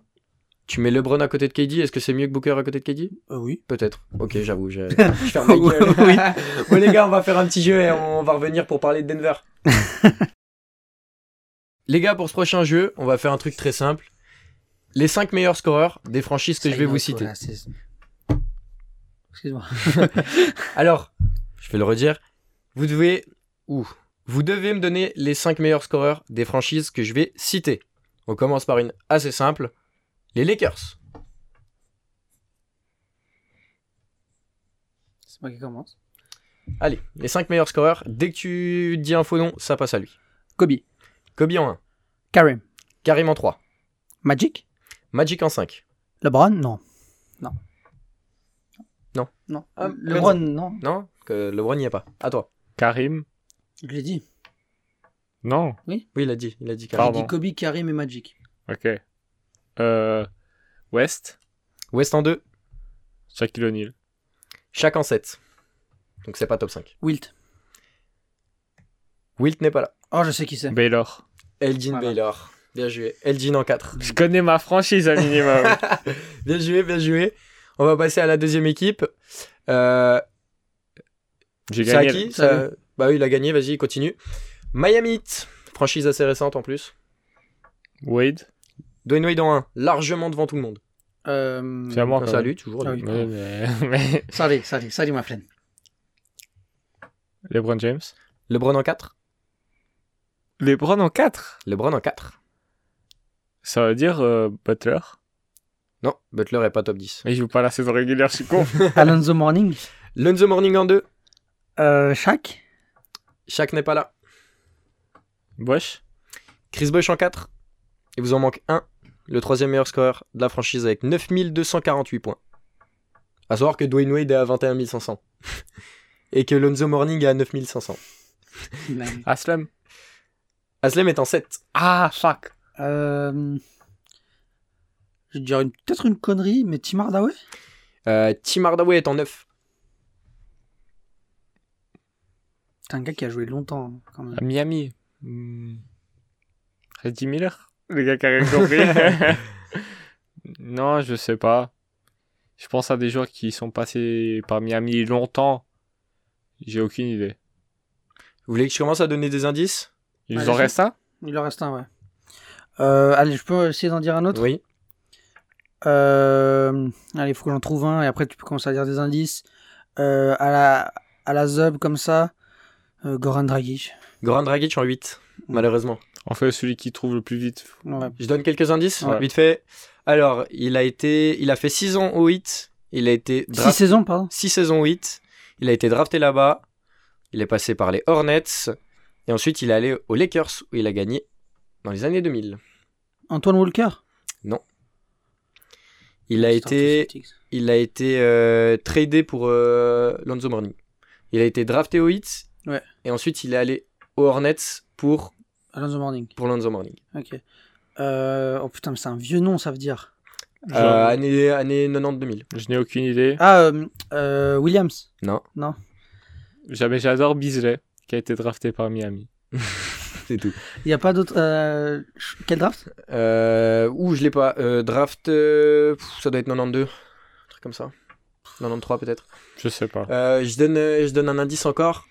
B: Tu mets LeBron à côté de KD. Est-ce que c'est mieux que Booker à côté de KD
C: Euh, oui.
B: Peut-être. Ok, j'avoue. j'ai- Je ferme ma gueule.
C: Oui.
B: bon, les gars, on va faire un petit jeu et on va revenir pour parler de Denver. les gars, pour ce prochain jeu, on va faire un truc très simple. Les 5 meilleurs scoreurs des franchises que je vais vous citer.
C: Excuse-moi.
B: Alors, je vais le redire. Vous devez. Ouh. Vous devez me donner les 5 meilleurs scoreurs des franchises que je vais citer. On commence par une assez simple. Les Lakers.
C: C'est moi qui commence.
B: Allez, les 5 meilleurs scoreurs. Dès que tu dis un faux nom, ça passe à lui.
C: Kobe,
B: Kobe en 1.
C: Karim,
B: Karim en 3.
C: Magic,
B: Magic en 5.
C: LeBron, non. Non.
B: Non.
C: Non.
B: Ah,
C: Euh, LeBron, non.
B: Non Que LeBron n'y est pas. À toi.
D: Karim
C: Je l'ai dit.
D: Non.
B: Oui, il a dit. Il a dit Karim.
D: Pardon.
C: J'ai dit Kobe, Karim et Magic.
D: Ok. Euh, West,
B: West en 2.
D: Shaquille O'Neal.
B: Chaque en 7. Donc c'est pas top 5.
C: Wilt.
B: Wilt n'est pas là.
C: Oh, je sais qui c'est.
D: Baylor.
B: Elgin
C: Voilà.
B: Baylor. Bien joué. Elgin en 4.
D: Je connais ma franchise à minimum.
B: bien joué, bien joué. On va passer à la deuxième équipe. Euh,
D: J'ai
B: c'est à
D: gagné.
B: qui
C: Salut.
B: Ça- Bah oui, il a gagné, vas-y, continue. Miami Heat, franchise assez récente en plus.
D: Wade.
B: Dwayne Wade en 1, largement devant tout le monde.
C: Euh...
D: C'est à moi.
B: Enfin,
D: quand
B: c'est à
D: même.
B: lui, toujours.
C: Ah
B: lui.
C: oui.
D: Ouais, mais- mais-
C: Sorry, sorry, sorry, ma friend.
D: LeBron James.
B: LeBron en 4.
D: LeBron en 4.
B: LeBron en 4.
D: Ça veut dire euh, Butler.
B: Non, Butler est pas top 10.
D: Mais il joue pas la saison régulière, je suis con.
C: Alonso Morning.
B: Lonzo Morning en 2.
C: Euh, Shaq.
B: Shaq n'est pas là.
D: Bosch.
B: Chris Bosh en 4. Il vous en manque un. Le troisième meilleur scoreur de la franchise avec 9248 points. À savoir que Dwayne Wade est à 21 500. Et que Lonzo Morning est à 9500.
D: Aslam.
B: Aslem est en 7.
D: Ah, fuck.
C: euh... Je dirais une- peut-être une connerie, mais Tim Hardaway
B: Euh, Tim Hardaway est en 9.
C: C'est un gars qui a joué longtemps, hein, quand même.
D: À Miami. Hmm. Reggie Miller. Le gars qui a rien compris. non, je sais pas. Je pense à des joueurs qui sont passés par Miami longtemps. J'ai aucune idée.
B: Vous voulez que je commence à donner des indices
D: Il
C: Allez,
D: en
C: je-
D: reste un
C: Il en reste un, ouais. Euh, allez, je peux essayer d'en dire un autre
B: Oui.
C: Euh, allez, faut que j'en trouve un et après tu peux commencer à dire des indices. Euh, à la à la Zub comme ça, euh, Goran Dragic.
B: Goran Dragic en 8. Malheureusement.
D: En fait, celui qui trouve le plus vite.
C: Ouais.
B: Je donne quelques indices
D: Ouais.
B: Vite fait. Alors, il a été. Il a fait 6 ans au 8. Il a été
C: Six
B: drafté.
C: saisons, pardon.
B: 6 saisons 8. Il a été drafté là-bas. Il est passé par les Hornets. Et ensuite, il est allé aux Lakers où il a gagné dans les années 2000.
C: Antoine Walker.
B: Il a été, il a été euh, tradé pour euh, Lonzo Morning. Il a été drafté aux Heat.
C: Ouais.
B: Et ensuite, il est allé aux Hornets pour,
C: Alonso Morning.
B: pour Lonzo Morning.
C: Ok. Euh, oh putain, mais c'est un vieux nom, ça veut dire.
D: Je,
B: Euh, année, année 90-2000.
D: je n'ai aucune idée.
C: Ah, euh, euh, Williams.
D: Jamais j'adore Bisley, qui a été drafté par Miami.
B: C'est tout.
C: Il n'y a pas d'autre. euh, ch- quel draft
B: Euh, ouh, je l'ai pas. Euh, draft, euh, pff, ça doit être 92. Un truc comme ça. 93 peut-être.
D: Je sais pas.
B: Euh, je, donne, euh, je donne un indice encore.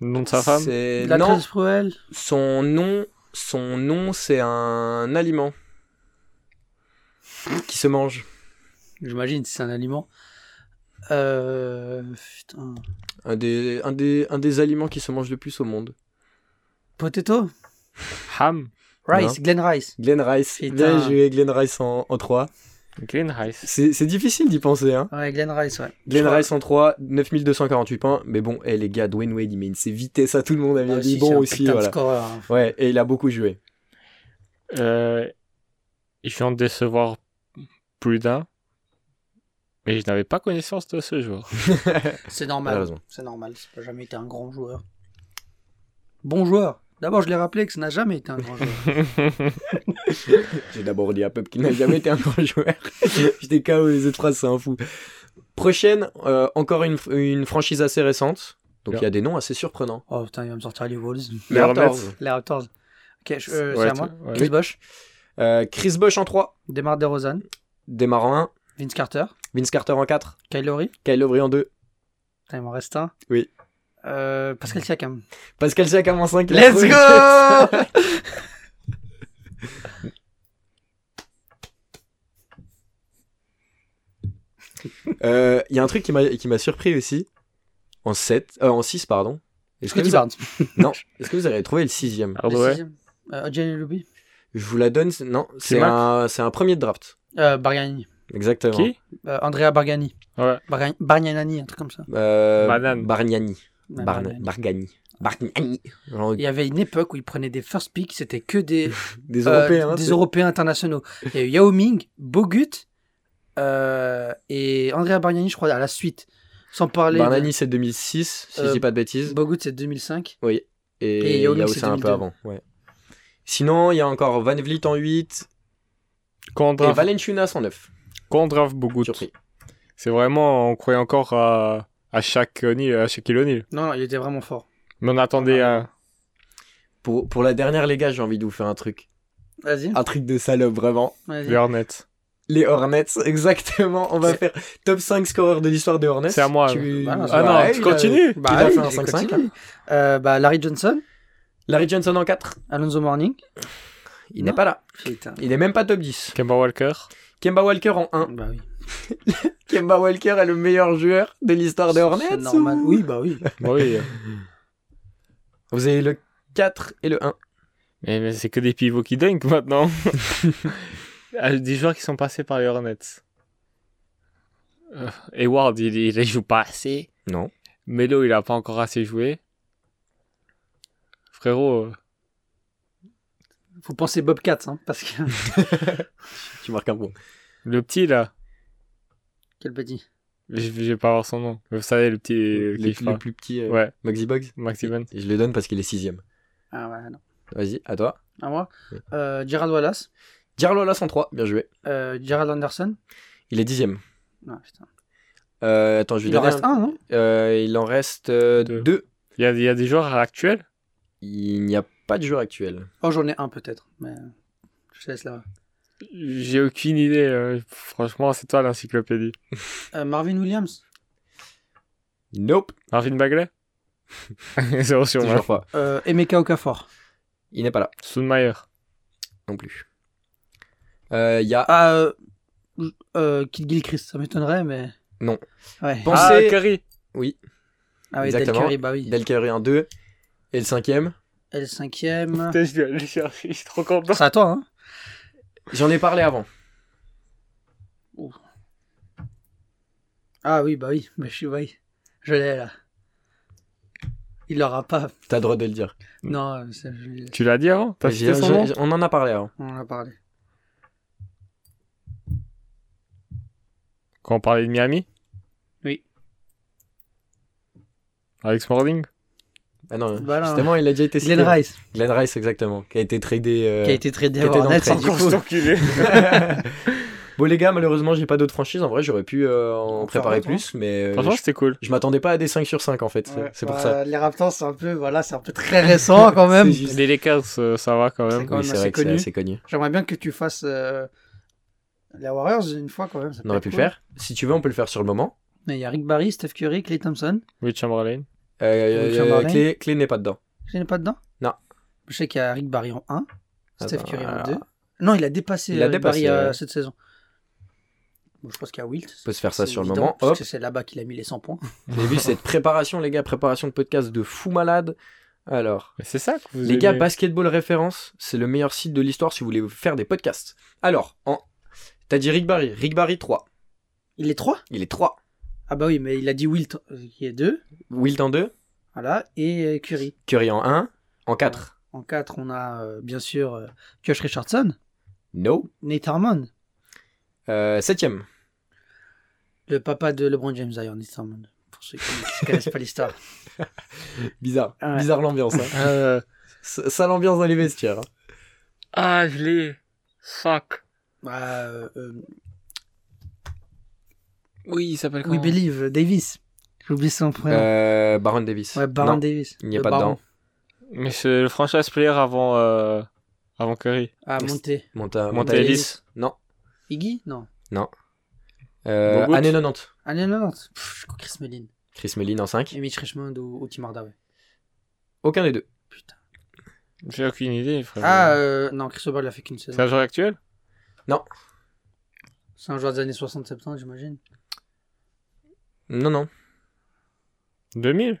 D: Nom de sa femme
B: C'est-
C: La
B: Euh, Non,
C: 13 Proel.
B: son nom, son nom, c'est un aliment qui se mange.
C: J'imagine, c'est un aliment. Euh, putain.
B: Un des, un, des, un des aliments qui se mange le plus au monde.
C: Potato
D: Ham,
C: Rice, Glen Rice.
B: Glen Rice.
C: Putain.
B: Bien joué, Glen Rice en, en 3.
D: green rice.
B: C'est c'est difficile d'y penser, hein.
C: Ouais, Glen Rice, ouais.
B: Glen
C: Je crois-
B: Rice en 3, 9248 points. Mais bon, eh, les gars, Dwayne Wade, il met une ses vitesses à tout le monde.
C: Ah,
B: Il
C: aussi,
B: dit
C: c'est
B: bon
C: un
B: aussi,
C: putain de Bah,
B: voilà.
C: scoreur, hein.
B: Ouais, et il a beaucoup joué.
D: Euh, je viens de décevoir plus d'un, mais je n'avais pas connaissance de ce joueur.
C: C'est
B: T'as
C: normal.
B: raison.
C: C'est normal. Ça n'a jamais été un grand joueur. Bon joueur. D'abord, je l'ai rappelé que ça n'a jamais été un grand joueur.
B: J'ai d'abord dit à Pep qu'il n'a jamais été un grand joueur. J'étais KO, les autres phrases, c'est un fou. Prochaine, euh, encore une, une franchise assez récente. Donc
D: Bien.
B: il y a des noms assez surprenants.
C: Oh putain, il va me sortir les Wolves.
B: Les Raptors.
C: Les Raptors. Ok, je- euh,
D: Ouais,
C: c'est à moi.
D: ouais.
C: Chris Bosh,
B: Euh, Chris Bosch en 3,
C: Demar DeRozan,
B: démarrant 1.
C: Vince Carter,
B: Vince Carter en 4.
C: Kyle Lowry.
B: Kyle Lowry en 2.
C: Putain, il m'en reste un.
B: Oui.
C: Euh, Pascal Siakam.
B: Pascal Siakam en 5.
C: Let's go
B: Euh, Il y a un truc qui m'a qui m'a surpris aussi. En 7, euh, en 6, pardon. Est-ce que,
C: Scotty
B: vous a-
C: Barnes. Euh,
B: non, est-ce que vous avez trouvé le sixième
D: Ah ouais.
C: Jerry Ruby.
B: Je vous la donne, c'est- non, c'est
D: Max.
B: un, c'est un premier de draft.
C: Euh, Bargnani.
B: Exactement.
D: Qui
C: Euh, Andrea Bargani.
D: Ouais.
C: Bargani- Bargnani, un truc comme ça.
B: Euh,
D: Banane.
B: Bargnani.
C: Ouais,
B: Barn-
C: Bargnani.
B: Bargani. Bargnani. Genre
C: Il y avait une époque où ils prenaient des first picks, c'était que des,
B: des
C: euh,
B: Européens. hein,
C: des
B: c'est-
C: Européens internationaux. Il y a eu Yao Ming, Bogut euh, et Andrea Bargnani, je crois, à la suite. Sans parler. de-
B: Bargnani, c'est 2006, si
C: Euh,
B: je dis pas de bêtises.
C: Bogut, c'est 2005.
B: Oui. Et,
C: Et
B: il y a
C: Young,
B: aussi
C: c'est
B: un peu
C: 2002.
B: avant. Ouais. Sinon, il y a encore Van Vliet en 8 et
D: Kondrav,
B: Valenciunas en 9.
D: Kondrav Bogut.
B: Surpris.
D: C'est vraiment, on croyait encore à, à chaque O'Neal, à Shaquille O'Neal.
C: Non, non, il était vraiment fort.
D: Mais on attendait hein, un.
B: Pour, pour la dernière, les gars, j'ai envie de vous faire un truc.
C: Vas-y.
B: Un truc de salope, vraiment.
C: vas-y.
D: Les Hornets.
B: Les Hornets, exactement. On va
C: C'est-
B: faire top 5 scoreurs de l'histoire des Hornets.
D: C'est à moi.
B: Tu-
C: Bah non, c'est
D: Ah non,
C: Ouais,
D: tu
C: il a-
D: continues
C: Bah,
B: Il a
C: oui,
B: fait un
C: j'ai
B: 5-5,
C: continué. Euh, bah, Larry Johnson,
B: Larry Johnson en 4.
C: Alonso Morning.
B: Il n'est
C: Non.
B: pas là.
C: Putain.
B: Il est même pas top 10.
D: Kemba Walker.
B: Kemba Walker en 1.
C: Bah oui.
B: Kemba Walker est le meilleur joueur de l'histoire des Hornets.
C: C'est normal.
B: ou-
C: Oui, bah oui.
D: Bah oui.
B: Vous avez le 4 et le 1.
D: mais mais c'est que des pivots qui dunk maintenant. Ah, des joueurs qui sont passés par les Hornets. Euh, Hayward, il, il les joue pas assez.
B: Non.
D: Melo, il a pas encore assez joué. Frérot, euh,
C: Faut penser Bobcat, hein, parce que.
B: Tu marques un point.
D: le petit là,
C: Quel petit.
D: je, je vais pas avoir son nom. Vous savez, le petit euh,
B: le,
D: qui
B: le
D: frappe.
B: plus petit euh,
D: Ouais,
B: Maxi Bugs.
D: Max Evans.
B: Je le donne parce qu'il est 6ème.
C: Ah ouais, non.
B: Vas-y, à toi.
C: À moi.
B: Oui.
C: Euh, Gerald Wallace,
B: Jarlo là 103. Bien joué.
C: euh, Gerald Anderson.
B: Il est 10ème.
C: Non, putain.
B: Euh, attends, je vais
C: Il en
B: donner
C: reste
B: un-
C: un, hein. non
B: Euh, il en reste euh,
D: Deux.
B: deux.
D: Il y a, il y a des joueurs actuels
B: Il n'y a pas de joueur actuel.
C: Oh, j'en ai un peut-être, mais je te laisse là.
D: J'ai aucune idée. euh, franchement, c'est toi l'encyclopédie.
C: Euh, Marvin Williams,
B: Nope.
D: Marvin Bagley Zéro sur moi.
B: Toujours pas.
C: euh, Emeka Okafor.
B: Il n'est pas là
D: Stoudemire.
B: non plus. Euh, Il y a.
C: Ah, euh, euh, Kid Gilchrist, ça m'étonnerait, mais.
B: Non.
C: Ouais.
B: Bon.
D: Ah,
B: Pensez-
D: Curry.
C: Ah oui, Del
B: Exactement.
C: Curry, bah oui.
B: Del Curry en 2. Et le cinquième.
C: Et le cinquième.
D: Putain, je vais aller chercher, je suis trop content.
C: C'est à toi, hein
B: J'en ai parlé avant.
C: Ah oui, bah oui, mais je suis. Oui. Je l'ai là. Il l'aura pas.
B: T'as le droit de le dire.
C: Non, euh, ça, je l'ai.
D: Tu l'as dit avant T'as
B: J'ai-
D: cité son nom
B: j'ai- On en a parlé avant.
C: On en a parlé.
D: Quand on parlait de Miami
C: Oui.
D: Alex Morning
B: Ah non,
C: Voilà.
B: justement, il a déjà été cité.
C: Glenn Rice,
B: Glenn Rice, exactement. Qui a été tradé. euh,
C: qui a été tradé
B: qui
C: à
B: était dans le
C: Hornets.
B: trade. Bah, Du coup-
D: enculé.
B: bon, les gars, malheureusement, j'ai pas d'autres franchises. En vrai, j'aurais pu euh, en
C: Enfin,
B: préparer
C: attends.
B: plus, mais euh,
D: Franchement,
B: je,
D: c'était cool.
B: je m'attendais pas à des 5 sur 5 en fait.
C: Ouais,
B: c'est pour
C: bah,
B: ça.
C: Les Raptors, c'est un peu, voilà, c'est un peu très récent quand même.
B: C'est juste-
D: Les Lakers, euh, ça va quand
C: C'est
D: même.
C: quand
B: Oui,
C: même
B: c'est
C: assez
B: vrai que c'est
C: connu.
B: assez connu.
C: J'aimerais bien que tu fasses euh, les Warriors une fois quand même. ça
B: On
C: peut
B: aurait
C: être
B: pu le
C: cool.
B: faire. Si tu veux, on peut le faire sur le moment.
C: Mais il y a Rick Barry, Steph Curry, Clay Thompson.
D: Oui, Chamberlain.
B: Euh, Euh,
C: Will Chamberlain.
B: Clé, Clé n'est pas dedans.
C: Je n'ai pas dedans
B: Non.
C: Je sais qu'il y a Rick Barry en 1, Steph
B: Attends,
C: Curry en
B: alors.
C: 2. Non, il a dépassé euh,
B: Il a
C: Rick Barry
B: dépassé,
C: euh,
B: ouais.
C: cette saison. Bon, je pense qu'il y a Wilt.
B: peut se faire ça
C: C'est
B: sur le
C: évident,
B: moment.
C: parce
B: Hop.
C: que c'est là-bas qu'il a mis les 100 points.
B: Vous avez vu cette préparation, les gars, préparation de podcast de fou malade. Alors,
D: Mais c'est ça que vous
B: les gars,
D: aimez.
B: Basketball Référence, c'est le meilleur site de l'histoire si vous voulez faire des podcasts. Alors, en... t'as dit Rick Barry, Rick Barry 3,
C: Il est 3
B: il est 3.
C: Ah bah oui, mais il a dit Wilt, euh, qui est 2.
B: Wilt en 2,
C: Voilà. Et euh, Curry.
B: Curry en 1, en 4.
C: En 4, on a euh, bien sûr euh, Josh Richardson,
B: No.
C: Nate Harmon,
B: Euh, septième.
C: le papa de LeBron James d'ailleurs, Nate Harmon. Pour ceux qui ne connaissent pas l'histoire.
B: Bizarre.
C: Ouais.
B: Bizarre l'ambiance. Hein.
D: Euh,
B: Ça ça, l'ambiance dans les vestiaires. hein.
D: Ah, je l'ai. Fuck.
C: Bah, euh, euh,
D: Oui, il s'appelle
C: We Believe, euh, Davis. J'ai oublié son prénom.
B: Euh, Baron Davis.
C: ouais, Baron
B: Non,
C: Davis.
B: Il n'y a
C: Le
B: pas
C: Baron.
B: dedans.
D: Mais c'est le franchise player avant, euh, avant Curry.
C: Ah, Monté.
B: Monta,
D: Monta
B: Monta-
D: Ellis.
B: Non.
C: Iggy Non.
B: Euh,
D: Bogut.
B: année 90.
C: Ah non, non, non. Pff, je crois Chris Mullin.
B: Chris Mullin en 5.
C: Et Mitch Richmond ou, ou Tim Hardaway.
B: Aucun des deux.
C: Putain.
D: J'ai aucune idée, frère.
C: Ah, euh, non, Chris Webber, il a fait qu'une
D: C'est
C: saison.
D: un joueur actuel
C: C'est un joueur des années 60-70, j'imagine.
B: Non, non.
D: 2000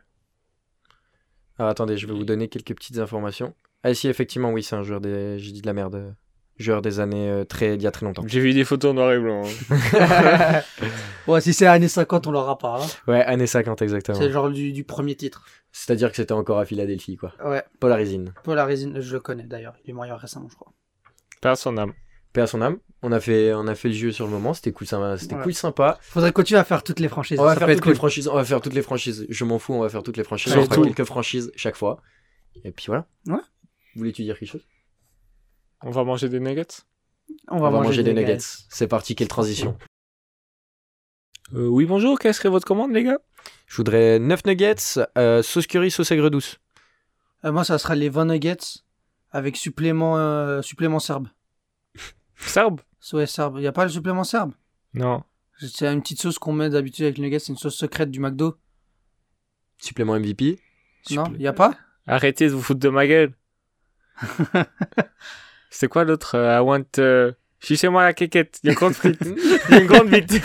B: Alors, attendez, je vais vous donner quelques petites informations. Ah si, effectivement, oui, c'est un joueur des... J'ai dit de la merde. euh, Joueur des années euh, très... il y a très longtemps.
D: J'ai vu des photos en noir et blanc. hein.
C: Ouais, si c'est années 50, on l'aura pas. hein.
B: ouais, année 50 exactement.
C: C'est le genre du, du premier titre.
B: C'est-à-dire que c'était encore à Philadelphie, quoi.
C: Ouais,
B: Paul Arizine.
C: Paul Harrison, je le connais d'ailleurs. Il est mort récemment, je crois.
D: Père son âme.
B: Paix à son âme. On a fait, on a fait le jeu sur le moment. C'était cool, sympa. C'était
C: Ouais.
B: cool, sympa.
C: Faudrait continuer à faire toutes les franchises.
B: On va
C: ça
B: faire
C: peut
B: toutes
C: être cool.
B: les franchises. On va faire toutes les franchises. Je m'en fous. On va faire toutes les franchises. On
D: Surtout.
B: fera quelques franchises chaque fois. Et puis voilà.
C: Ouais.
B: Voulais-tu dire quelque chose
D: On va manger des nuggets
B: On va manger des nuggets. C'est parti. Quelle transition
D: euh, Oui, bonjour. Quelle serait votre commande, les gars
B: Je voudrais 9 nuggets, euh, sauce curry, sauce aigre douce.
C: Euh, moi, ça sera les 20 nuggets avec supplément, euh, supplément serbe.
D: Serbe
C: Ouais, serbe. Y a pas le supplément serbe
D: Non.
C: C'est une petite sauce qu'on met d'habitude avec les nuggets. C'est une sauce secrète du McDo.
B: Supplément MVP.
C: Non,
B: Supplé-
C: y a pas
D: Arrêtez de vous foutre de ma gueule. C'est quoi l'autre euh, I want... euh, Fichez-moi la quéquette. Il y a une grande frite. Il y a une grande bite.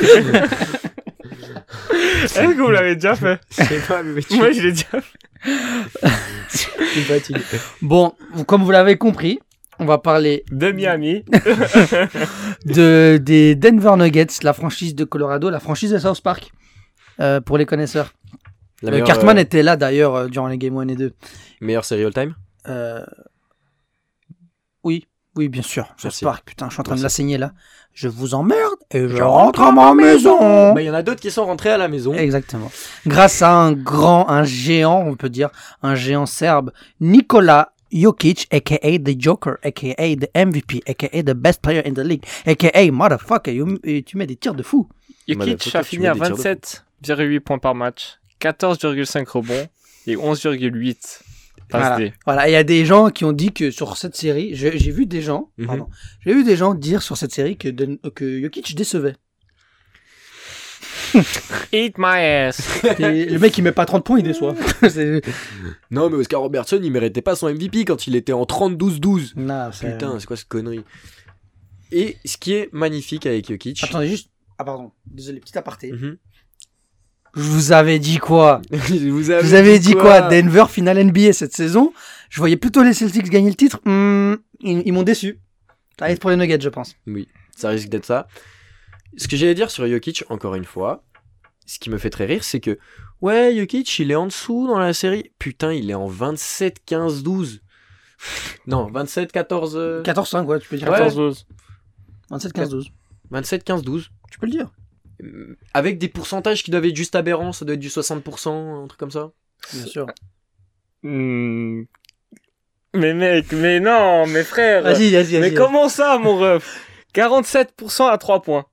D: Est-ce que vous l'avez déjà fait
B: Je sais pas, mais tu
D: Moi, je l'ai déjà fait.
B: me fatigues.
C: Bon, comme vous l'avez compris, on va parler
D: De Miami.
C: de, des Denver Nuggets, la franchise de Colorado, la franchise de South Park, euh, pour les connaisseurs.
B: La
C: Euh,
B: meilleure,
C: Cartman
B: euh,
C: était là d'ailleurs euh, durant les Game 1 et 2.
B: meilleure série all time.
C: Euh, Oui, oui, bien sûr. South
B: Merci.
C: Park, putain, je suis en train de
B: Merci.
C: la saigner là. Je vous emmerde et je rentre à ma maison.
B: Bah, il y en a d'autres qui sont rentrés à la maison.
C: Exactement. Grâce à un grand, un géant, on peut dire, un géant serbe, Nikola Jokic, aka the Joker, aka the MVP, aka the best player in the league, aka motherfucker, you- euh, tu mets des tirs de fou.
D: Jokic a fini à 27,8 points par match, 14,5 rebonds et 11,8 passes D.
C: Voilà, il y a des gens qui ont dit que sur cette série, je- j'ai vu des gens,
B: Mhm.
C: pardon, j'ai vu des gens dire sur cette série que, Den- que Jokic décevait.
D: Eat my ass.
C: Et le mec, il met pas 30 points, il déçoit. C'est-
B: Non, mais Oscar Robertson, il méritait pas son MVP quand il était en 32-12.
C: Non, c'est-
B: Putain, c'est quoi cette connerie Et ce qui est magnifique avec Jokic.
C: Attendez juste. Ah, pardon, désolé, petit aparté.
B: Mhm.
C: Je vous avais dit quoi
B: vous
C: Je vous avais dit quoi
B: euh,
C: Denver finale NBA cette saison. Je voyais plutôt les Celtics gagner le titre. Hmm, ils ils m'ont déçu. Ça va être pour les Nuggets, je pense.
B: Ça risque d'être ça. Ce que j'allais dire sur Jokic, encore une fois, ce qui me fait très rire, c'est que ouais, Jokic, il est en dessous dans la série. Putain, il est en 27-15-12. Non, 27-14. euh,
C: 14-5, ouais, tu peux dire.
B: Ouais.
D: 14-12.
C: 27-15-12.
B: 27-15-12.
C: Tu peux le dire.
B: Euh, Avec des pourcentages qui doivent être juste aberrants, ça doit être du 60%, un truc comme ça.
C: Bien sûr.
D: Hmm. Mais mec, mais non, mes frères.
C: Vas-y, vas-y,
D: mais
C: vas-y.
D: comment ça, mon ref 47% à 3 points.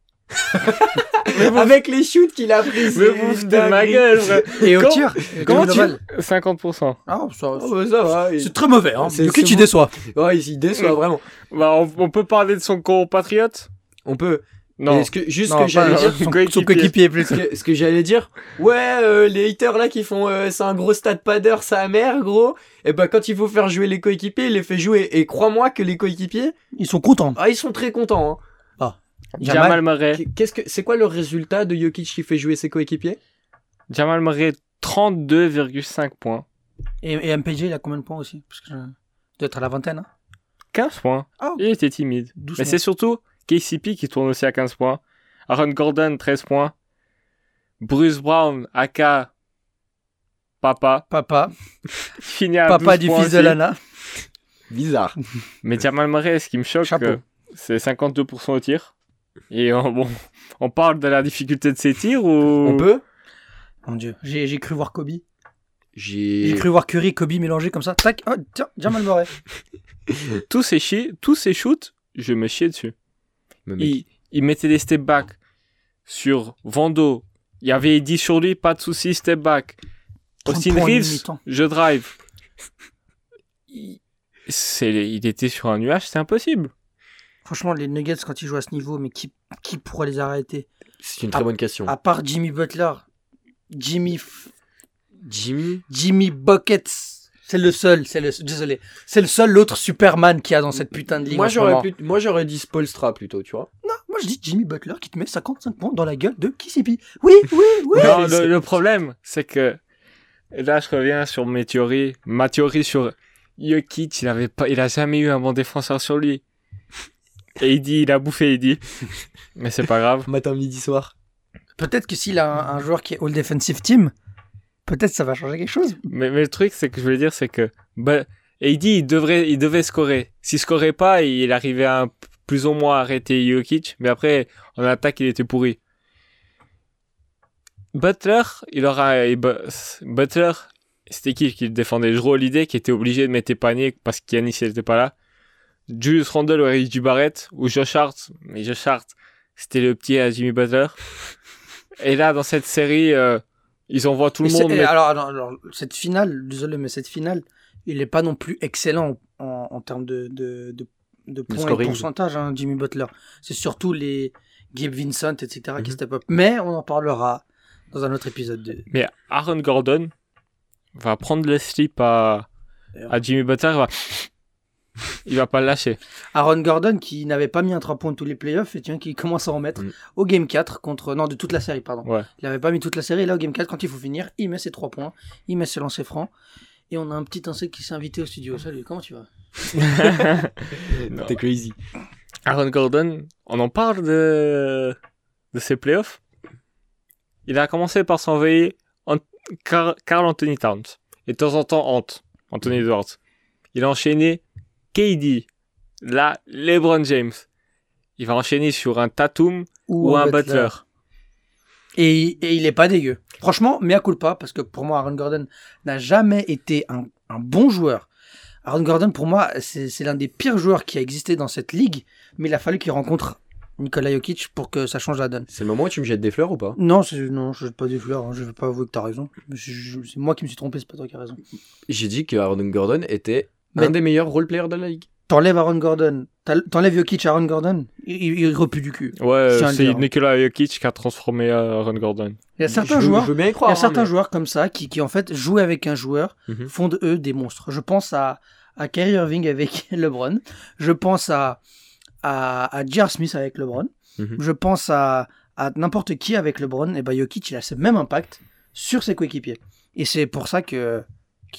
D: mais vous,
B: Avec les shoots qu'il a pris.
D: mais vous foutez de ma gueule, frère.
C: Et au
D: Comment-
C: tir. et
D: Comment
C: au
D: tu...
C: global.
D: 50%.
C: Ah, ça-
B: Oh, bah, ça va. il-
C: C'est très mauvais, hein.
B: C'est-
C: Le
B: c'est
C: tu
B: bon.
C: déçois.
B: Ouais, il il déçoit vraiment.
D: Bah, on, on peut parler de son compatriote
B: On peut.
D: Non.
B: Mais ce que- juste
C: Non,
B: ce
C: pas-
B: que j'allais
D: non.
B: dire.
D: Son
C: Son
D: coéquipier.
C: son coéquipier plus.
B: ce que- ce que j'allais dire, ouais, euh, les haters là qui font euh, c'est un gros stade padder, sa mère, gros. Et ben quand il faut faire jouer les coéquipiers, il les fait jouer. Et crois-moi que les coéquipiers,
C: Ils sont contents.
B: ah, ils sont très contents. hein.
C: Ah.
D: Jamal,
B: Jamal
D: Murray.
B: Qu'est-ce que c'est quoi le résultat de Jokic qui fait jouer ses coéquipiers
D: Jamal Murray, 32,5 points.
C: Et, et MPJ, il a combien de points aussi Parce que je... il doit être à la vingtaine. Hein
D: 15 points.
C: Ah.
D: Il était timide.
C: Doucement.
D: Mais c'est surtout KCP qui tourne aussi à 15 points. Aaron Gordon, 13 points. Bruce Brown, aka Papa,
C: Papa,
D: finit à
C: papa
D: 12
C: du
D: points
C: fils de
D: aussi.
C: Lana.
B: Bizarre.
D: Mais Jamal Murray, ce qui me choque,
C: Chapeau.
D: euh, c'est 52% au tir. Et on, bon, on parle de la difficulté de ses tirs ou...
B: On peut
C: Mon dieu, j'ai j'ai cru voir Kobe. J'ai
B: J'ai
C: cru voir Curry, Kobe mélangé comme ça. Tac, oh, tiens, Jamal Murray.
D: Tous ces, chi- tous ces shoots, je me chiais dessus.
B: Mais mec,
D: il, il mettait des step back sur Vando. Il y avait 10 sur lui, pas de souci, step back.
C: 30
D: Austin
C: points en une
D: Reeves,
C: mi-temps.
D: je drive. Il, c'est- il était sur un nuage, c'est impossible.
C: Franchement, les Nuggets, quand ils jouent à ce niveau, mais qui, qui pourrait les arrêter
B: c'est une très bonne question.
C: À part Jimmy Butler, Jimmy, F-
B: Jimmy
C: Jimmy Buckets. C'est le seul, c'est le, désolé, c'est le seul autre Superman qu'il y a dans cette putain de ligue. en
B: Moi
C: ce moment.
B: j'aurais pu- moi j'aurais dit Spolstra plutôt, tu vois.
C: Non, moi je dis Jimmy Butler qui te met 55 points dans la gueule de Kissipi. Oui, oui, oui.
D: Non, le, le problème, c'est que et là, je reviens sur mes théories. Ma théorie sur Jokic, il avait pas, il a jamais eu un bon défenseur sur lui. Et il dit, il a bouffé, il dit. Mais c'est pas grave.
B: Matin, midi, soir.
C: Peut-être que s'il a un, un joueur qui est All Defensive Team, peut-être ça va changer quelque chose.
D: Mais, mais le truc, c'est que je voulais dire, c'est que bah, AD, il, devrait, il devait scorer. S'il scorait pas, il arrivait à un- plus ou moins arrêter Jokic, mais après, en attaque, il était pourri. Butler, il aura. et Bu- Butler, c'était qui qui le défendait Jrue Holiday, qui était obligé de mettre des paniers parce qu'Yanis n'était pas là. Julius Randle ou Eric Dubarrett, ou Josh Hart. Mais Josh Hart, c'était le petit à Jimmy Butler. Et là, dans cette série, euh, ils envoient tout le
C: Mais c'est-
D: monde.
C: eh,
D: mais-
C: alors, alors, alors, cette finale, désolé, mais cette finale, il n'est pas non plus excellent en, en termes de, de, de, de points et de
B: scoring.
C: pourcentage, hein, Jimmy Butler. C'est surtout les Gabe Vincent, etc.
B: Mhm.
C: qui step up. Mais on en parlera dans un autre épisode de
D: Mais Aaron Gordon va prendre le slip à, à Jimmy Butler. Il va, il va pas le lâcher.
C: Aaron Gordon qui n'avait pas mis un 3 points de tous les playoffs et tiens, qui commence à en mettre
B: Mhm.
C: au game 4 contre. Non, de toute la série, pardon.
D: Ouais.
C: Il n'avait pas mis toute la série. Là, au game 4, quand il faut finir, il met ses 3 points, il met ses lancers francs. Et on a un petit insecte qui s'est invité au studio. Salut, comment tu vas
D: Non.
B: T'es crazy.
D: Aaron Gordon, on en parle de, de ses playoffs. Il a commencé par s'envoyer en, Car- Carl Anthony Towns. Et de temps en temps, Ant, Anthony Edwards. Il a enchaîné KD. Là, LeBron James. Il va enchaîner sur un Tatum ou, un Butler.
C: Et, et il est pas dégueu. Franchement, mea culpa, parce que pour moi, Aaron Gordon n'a jamais été un, un bon joueur. Aaron Gordon, pour moi, c'est c'est l'un des pires joueurs qui a existé dans cette ligue, mais il a fallu qu'il rencontre Nikola Jokic pour que ça change la donne.
B: C'est le moment où tu me jettes des fleurs ou pas
C: Non, c'est- non je ne pas des fleurs, hein, je ne veux pas avouer que tu as raison. Je- je- C'est moi qui me suis trompé, c'est pas toi qui as raison.
B: J'ai dit que Aaron Gordon était
C: Mais-
B: un des meilleurs roleplayers de la ligue.
C: T'enlèves Aaron Gordon, t'al- t'enlèves Jokic Aaron Gordon, il, il repue du cul.
D: Ouais,
C: C'est un
D: c'est
C: leader.
D: Nikola Jokic qui a transformé euh, Aaron Gordon.
C: Il y a certains
B: Je veux-
C: joueurs
B: Je veux bien y
C: Il y
B: croire.
C: a certains
B: hein,
C: joueurs comme ça qui, qui, en fait jouent avec un joueur
B: Mhm.
C: font de eux des monstres. Je pense à, à Kyrie Irving avec LeBron. Je pense à, à, à J.R. Smith avec LeBron.
B: Mhm.
C: Je pense à, à n'importe qui avec LeBron. Et bah Jokic, il a ce même impact sur ses coéquipiers. Et c'est pour ça que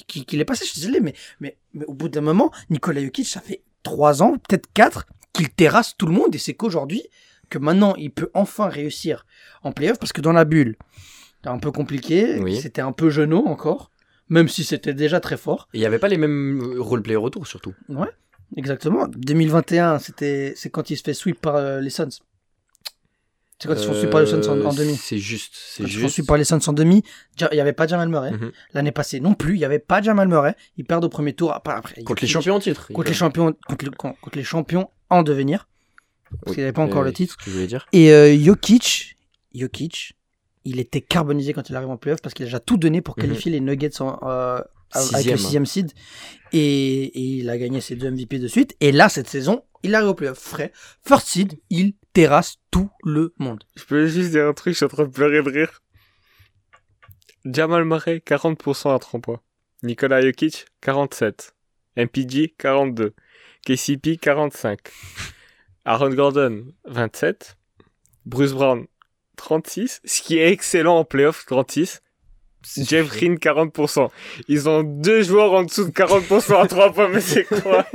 C: qu'il qu'il est passé, je suis désolé, mais, mais, mais au bout d'un moment, Nikola Jokic, ça fait trois ans, peut-être quatre, qu'il terrasse tout le monde. Et c'est qu'aujourd'hui, que maintenant, il peut enfin réussir en playoff, parce que dans la bulle, c'était un peu compliqué,
B: Oui.
C: c'était un peu genou encore, même si c'était déjà très fort.
B: mais Il n'y avait pas les mêmes euh, roleplayers autour surtout.
C: Exactement. 2021, c'était, c'est quand il se fait sweep par euh, les Suns. C'est quand ils se font sweep par les Suns en, en
B: Euh,
C: demi.
B: C'est juste. C'est
C: Quand ils se font
B: juste.
C: sweep par les Suns en demi, ja- il n'y avait pas Jamal Murray.
B: Mhm.
C: L'année passée non plus, il n'y avait pas Jamal Murray. Ils perdent au premier tour. Après, après,
B: Contre les
C: ils-
B: champions en titre.
C: contre les champions contre, le- con- contre les champions en devenir parce
B: Oui.
C: qu'il n'avait pas encore
B: Euh,
C: le titre
B: ce que je voulais dire.
C: et euh, Jokic Jokic il était carbonisé quand il arrive en playoff parce qu'il a déjà tout donné pour
B: Mhm.
C: qualifier les Nuggets en, euh, avec le
B: Sixième.
C: sixième seed et, et il a gagné ses deux MVP de suite et là cette saison il arrive au playoff frais first seed il terrasse tout le monde
D: Je peux juste dire un truc, je suis en train de pleurer de rire. Jamal Murray, 40% à 3 points. Nikola Jokic, 47. MPG, 42. KCP, 45. Aaron Gordon, 27. Bruce Brown, 36, ce qui est excellent en playoff, 36. Jeff Green, 40%. Ils ont deux joueurs en dessous de 40% à 3 points, mais c'est quoi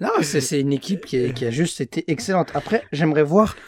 C: Non, c'est c'est une équipe qui, est- qui a juste été excellente. Après, j'aimerais voir.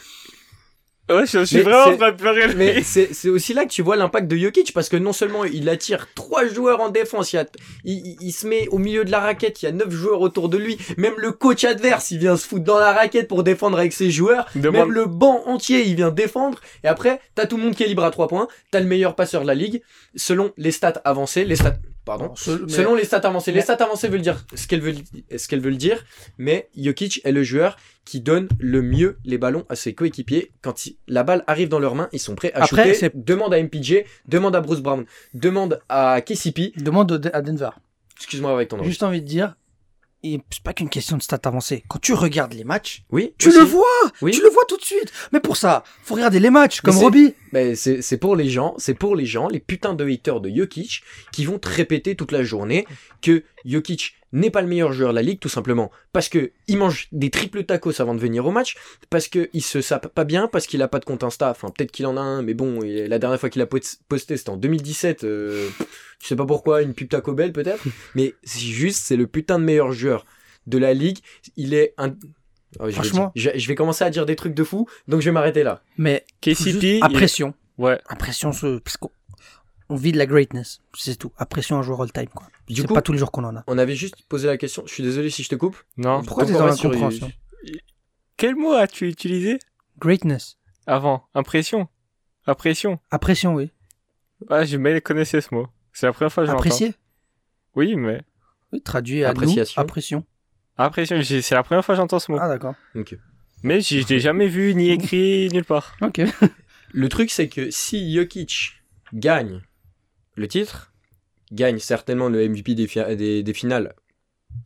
D: Ouais, je, je suis
B: Mais
D: vraiment en
B: c'est-
D: train de pleurer. là.
B: Mais c'est c'est aussi là que tu vois l'impact de Jokic parce que non seulement il attire trois joueurs en défense, il, y a- il- il- il se met au milieu de la raquette, il y a neuf joueurs autour de lui, même le coach adverse il vient se foutre dans la raquette pour défendre avec ses joueurs,
D: Demande-
B: même le banc entier il vient défendre et après t'as tout le monde qui est libre à trois points, t'as le meilleur passeur de la ligue selon les stats avancées, les stats pardon.
C: Selon-
B: Selon les stats avancées, les
C: Mais-
B: stats avancées veulent dire ce qu'elles veulent, ce qu'elles veulent dire, mais Jokic est le joueur qui donne le mieux les ballons à ses coéquipiers. Quand il- la balle arrive dans leurs mains, ils sont prêts à
C: Après,
B: shooter.
C: c'est-
B: Demande à MPJ, demande à Bruce Brown, demande à KCP.
C: Demande au- à Denver.
B: Excuse-moi avec ton nom.
C: Juste envie de dire, et c'est pas qu'une question de stats avancées. Quand tu regardes les matchs,
B: Oui.
C: tu
B: aussi.
C: le vois,
B: Oui.
C: tu le vois tout de suite. Mais pour ça, faut regarder les matchs,
B: Mais
C: comme
B: c'est-
C: Robbie.
B: Ben, c'est c'est pour les gens, c'est pour les gens, les putains de haters de Jokic qui vont te répéter toute la journée que Jokic n'est pas le meilleur joueur de la ligue tout simplement parce que il mange des triples tacos avant de venir au match, parce que il se sape pas bien, parce qu'il a pas de compte Insta, enfin peut-être qu'il en a un mais bon, et la dernière fois qu'il a post- posté c'était en 2017 euh, je sais pas pourquoi une pub Taco Bell peut-être, mais c'est juste c'est le putain de meilleur joueur de la ligue, il est un Ah ouais, je vais
C: Franchement.
B: dire- je je vais commencer à dire des trucs de fou, donc je vais m'arrêter là.
C: Mais
D: KCP,
C: Juste
D: il-
C: Impression.
D: Ouais.
C: Impression, ce- parce qu'on on vit de la greatness, c'est tout. Impression un joueur all-time, quoi.
B: Du
C: C'est
B: coup,
C: pas tous les jours qu'on en a.
B: On avait juste posé la question. Je suis désolé si je te coupe.
D: Non.
C: Pourquoi
B: Hein, Donc
C: t'es
B: on
C: dans
B: va sur-
C: l'incompréhension
D: Quel mot as-tu utilisé
C: Greatness.
D: avant Impression. Impression.
C: Impression, oui.
D: Ah, je mal connaissais ce mot. C'est la première fois que j'entends.
C: Apprécier.
D: Oui, mais
C: Oui, traduit à
B: Appréciation.
C: nous. Impression.
D: impression. j'ai- C'est la première fois que j'entends ce mot.
C: Ah, d'accord.
B: Ok.
D: Mais je je l'ai jamais vu ni écrit nulle part.
C: Ok.
B: Le truc, c'est que si Jokic gagne le titre, gagne certainement le MVP des, fi- des- des finales.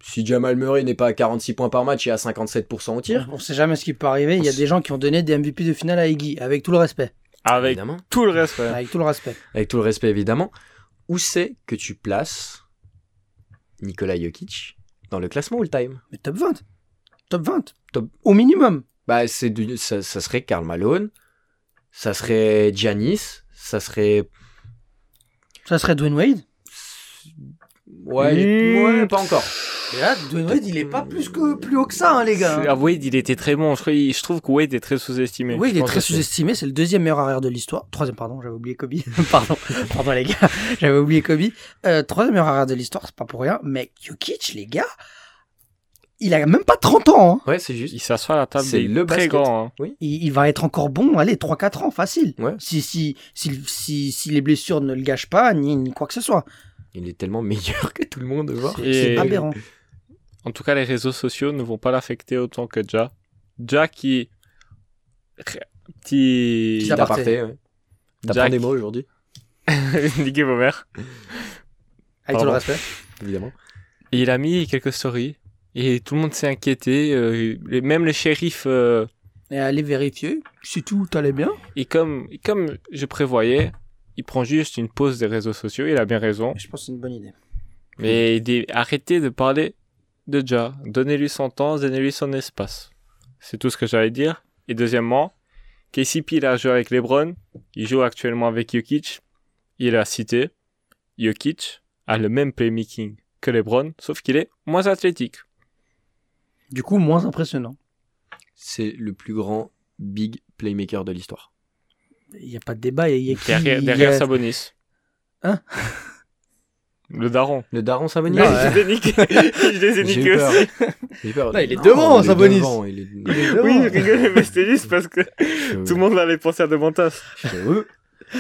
B: Si Jamal Murray n'est pas à 46 points par match et à 57% au tir,
C: On sait jamais ce qui peut arriver. Il y a des gens qui ont donné des MVP de finale à Iggy, avec tout le respect.
D: Avec
B: évidemment,
D: tout le reste. ouais.
C: Avec tout le respect.
B: avec tout le respect évidemment, où c'est que tu places Nikola Jokic dans le classement all-time
C: Mais top 20. Top 20.
B: Top-
C: Au minimum.
B: Bah, c'est du- ça, ça serait Karl Malone, ça serait Giannis, ça serait
C: Ça serait Dwayne Wade.
B: Ouais,
D: Mmh.
B: ouais, pas encore.
C: Et là, Dwayne Wade, il est pas plus, que, plus haut que ça, hein, les gars.
D: Ah, Wade, il était très bon. Je, crois- je trouve que Wade est très sous-estimé.
C: Oui, il est
B: pense
C: très
B: que c'est-
C: sous-estimé. C'est le deuxième meilleur arrière de l'histoire. Troisième, pardon, j'avais oublié Kobe. pardon, pardon les gars, j'avais oublié Kobe. Euh, troisième meilleur arrière de l'histoire, c'est pas pour rien. Mais Jokic, les gars, il a même pas 30 ans. hein.
B: Ouais, c'est juste.
D: Il s'assoit à la table
B: C'est
D: des
B: le
D: très
B: basket.
D: grands. hein.
C: Il, il va être encore bon, allez, 3-4 ans, facile.
B: Ouais.
C: Si, si, si, si, si les blessures ne le gâchent pas, ni, ni quoi que ce soit.
B: Il est tellement meilleur que tout le monde, voir.
C: C'est
D: Et-
C: c'est aberrant.
D: En tout cas, les réseaux sociaux ne vont pas l'affecter autant que Ja. Ja qui. Ré- Petit.
C: Qui aparté.
B: Aparté, ouais. T'apprends
D: Jack.
B: des mots aujourd'hui,
D: Niquez vos mères.
C: Avec tout
D: Pardon.
C: le respect.
B: évidemment.
D: Et il a mis quelques stories. Et tout le monde s'est inquiété. euh, les- même le shérif. euh,
C: Et allez vérifier si tout allait bien.
D: et comme, et comme je prévoyais, il prend juste une pause des réseaux sociaux. Il a bien raison.
C: Je pense que c'est une bonne idée.
D: Mais il dit, arrêtez de parler de Ja. Donnez-lui son temps, donnez-lui son espace. C'est tout ce que j'allais dire. Et deuxièmement, KCP, il a joué avec LeBron. Il joue actuellement avec Jokic. Il a cité, Jokic a le même playmaking que LeBron, sauf qu'il est moins athlétique.
C: Du coup, moins impressionnant.
B: C'est le plus grand big playmaker de l'histoire.
C: Il n'y a pas de débat. Il y a qui-
D: Derrière,
C: il y a-
D: derrière Sabonis.
C: Hein
D: Le daron.
B: Le Daron Sabonis.
C: Non, Ah, ouais.
D: Je les ai niqués. Je les ai
B: J'ai
D: niqués
B: eu peur.
D: aussi.
B: J'ai peur.
C: Non, il est devant,
B: il est
C: Sabonis.
B: devant, il est-
C: Il est
D: Oui,
C: devant.
D: je rigolais, mais c'était juste parce que
B: Je-
D: tout le monde allait penser à Demontas.
B: je- euh,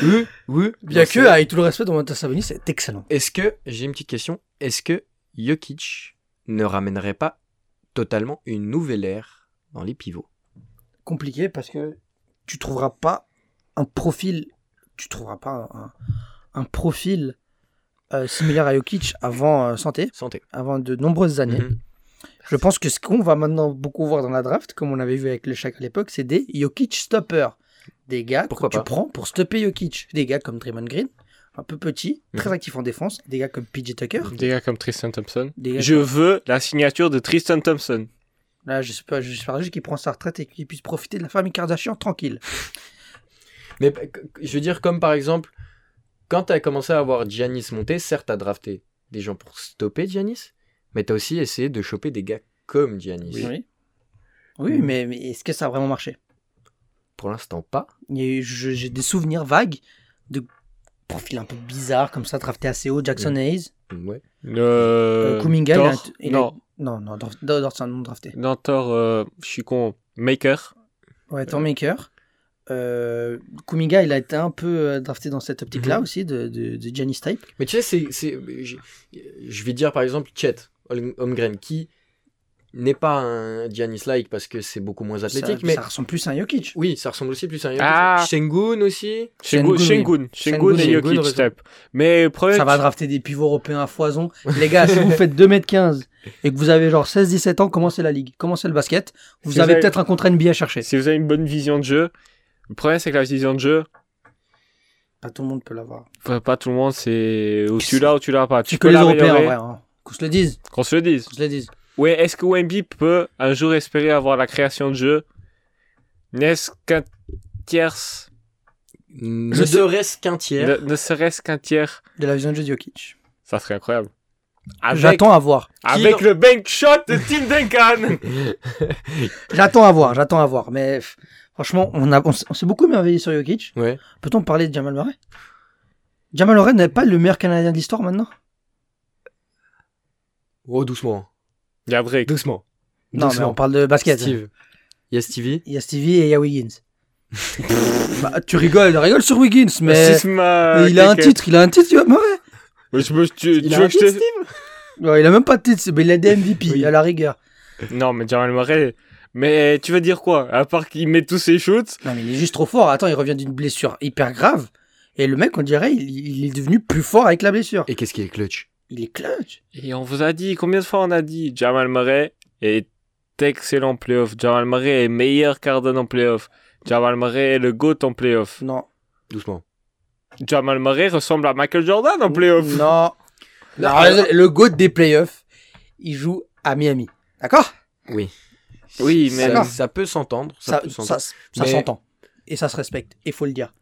B: euh, euh.
C: Bien
B: Non,
C: que,
B: c'est-
C: avec tout le respect, Domantas Sabonis, c'est excellent.
B: Est-ce que j'ai une petite question Est-ce que Jokic ne ramènerait pas totalement une nouvelle ère dans les pivots
C: compliqué parce que tu trouveras pas un profil, tu trouveras pas un, un profil euh, similaire à Jokic avant euh, santé,
B: Santé.
C: avant de nombreuses années.
B: Mhm.
C: Je pense que ce qu'on va maintenant beaucoup voir dans la draft, comme on avait vu avec le Shaq à l'époque, c'est des Jokic stoppers, des gars
B: Pourquoi
C: que tu
B: pas.
C: prends pour stopper Jokic, des gars comme Draymond Green, un peu petit,
B: Mhm.
C: très actif en défense, des gars comme PJ Tucker,
D: Des gars comme Tristan Thompson.
C: des gars
D: Je veux la signature de Tristan Thompson.
C: Là, j'espère, j'espère juste qu'il prend sa retraite et qu'il puisse profiter de la famille Kardashian tranquille.
B: Mais p- c- je veux dire, comme par exemple, quand t'as commencé à avoir Giannis monter, certes, t'as drafté des gens pour stopper Giannis, mais t'as aussi essayé de choper des gars comme Giannis.
C: Oui, oui
B: Mm.
C: mais, mais est-ce que ça a vraiment marché
B: Pour l'instant, pas.
C: Il y a eu- je- J'ai des souvenirs vagues de profils un peu bizarres comme ça, drafté assez haut, Jackson Hayes.
B: Ouais.
D: Le.
C: Euh, Kuminga, il a-
D: Thor,
C: il a-
D: non,
C: Non, non, Dor- Dor- Dor- c'est un nom drafté.
D: non, Thor, euh, je suis con. Maker.
C: Ouais, Tom Maker. Kuminga, il a été un peu euh, drafté dans cette optique-là
B: Mhm.
C: aussi, de, de, de Giannis Type.
B: Mais tu sais, c'est, c'est- je, je vais dire par exemple Chet Holm- Holmgren, qui n'est pas un Giannis-like parce que c'est beaucoup moins athlétique,
C: ça,
B: mais
C: ça ressemble plus à un Jokic.
B: oui, ça ressemble aussi plus à un Jokic.
D: Ah.
B: Sengun aussi.
D: Shengun.
C: Sengun,
D: Shengun.
C: Sengun,
D: Shengun et
B: Sengun,
D: Jokic
B: raison.
D: Step. Mais le problème.
C: Ça va drafter des pivots européens à foison. Les gars, si vous faites 2m15 et que vous avez genre 16-17 ans, commencez la ligue, commencez le basket. Vous
D: Si vous
C: avez
D: avez-
C: peut-être un contrat NBA à chercher.
D: Si vous avez une bonne vision de jeu, le problème c'est que la vision de jeu,
C: Pas tout le monde peut l'avoir.
D: pas- pas tout le monde, c'est ou tu l'as ou tu l'as pas. Tu
C: Que
D: peux
C: les Européens, en vrai.
D: l'améliorer,
C: hein. Qu'on se le dise,
D: Qu'on se le dise.
C: qu'on se le dise.
D: Ouais, est-ce que Wemby peut un jour espérer avoir la création de jeu N'est-ce qu'un tiers
C: Mm.
B: Ne serait-ce qu'un tiers.
D: ne, ne serait-ce qu'un tiers
C: De la vision de jeu de Jokic.
D: Ça serait incroyable. Avec,
C: J'attends à voir.
D: avec le bank shot de Tim Duncan
C: J'attends à voir, j'attends à voir. Mais pff, franchement, on, a- on s- on s'est beaucoup merveillé sur Jokic.
B: Ouais.
C: Peut-on parler de Jamal Murray Jamal Murray n'est pas le meilleur Canadien de l'histoire maintenant
B: Oh, doucement.
D: Il y a Drake.
B: Doucement.
C: Non, mais on
B: Doucement.
C: parle de basket.
B: Steve. Il y a Stevie.
C: Il y a Stevie et il y a Wiggins. Bah, tu rigoles, rigole sur Wiggins,
D: Bah,
C: mais, mais il a un titre, il a un titre, Jamal Murray.
D: je me, tu,
B: Il
D: tu
B: a
D: veux
B: un
D: que je
B: titre,
D: te-
C: Ouais, il a même pas de titre, c'est- mais il a des MVP
B: Oui.
C: à la rigueur.
D: Non, mais Jamal Murray. Mais tu veux dire quoi À part qu'il met tous ses shoots,
C: Non, mais il est juste trop fort. Attends, il revient d'une blessure hyper grave. Et le mec, on dirait, il, il est devenu plus fort avec la blessure.
B: Et qu'est-ce qu'il est clutch
C: Il est clutch.
D: Et on vous a dit, combien de fois on a dit Jamal Murray est excellent en playoff. Jamal Murray est meilleur qu'Arden en playoff. Jamal Murray est le GOAT en playoff.
C: Non.
B: Doucement.
D: Jamal Murray ressemble à Michael Jordan en playoff. Ah.
C: Non.
B: Non,
C: Non, le GOAT des playoffs, il joue à Miami. D'accord
D: Oui, mais-
B: ça, ça peut s'entendre. Ça,
C: Ça,
B: peut
C: ça,
B: s'entendre.
C: ça
B: Mais-
C: s'entend. Et ça se respecte. Et faut le dire.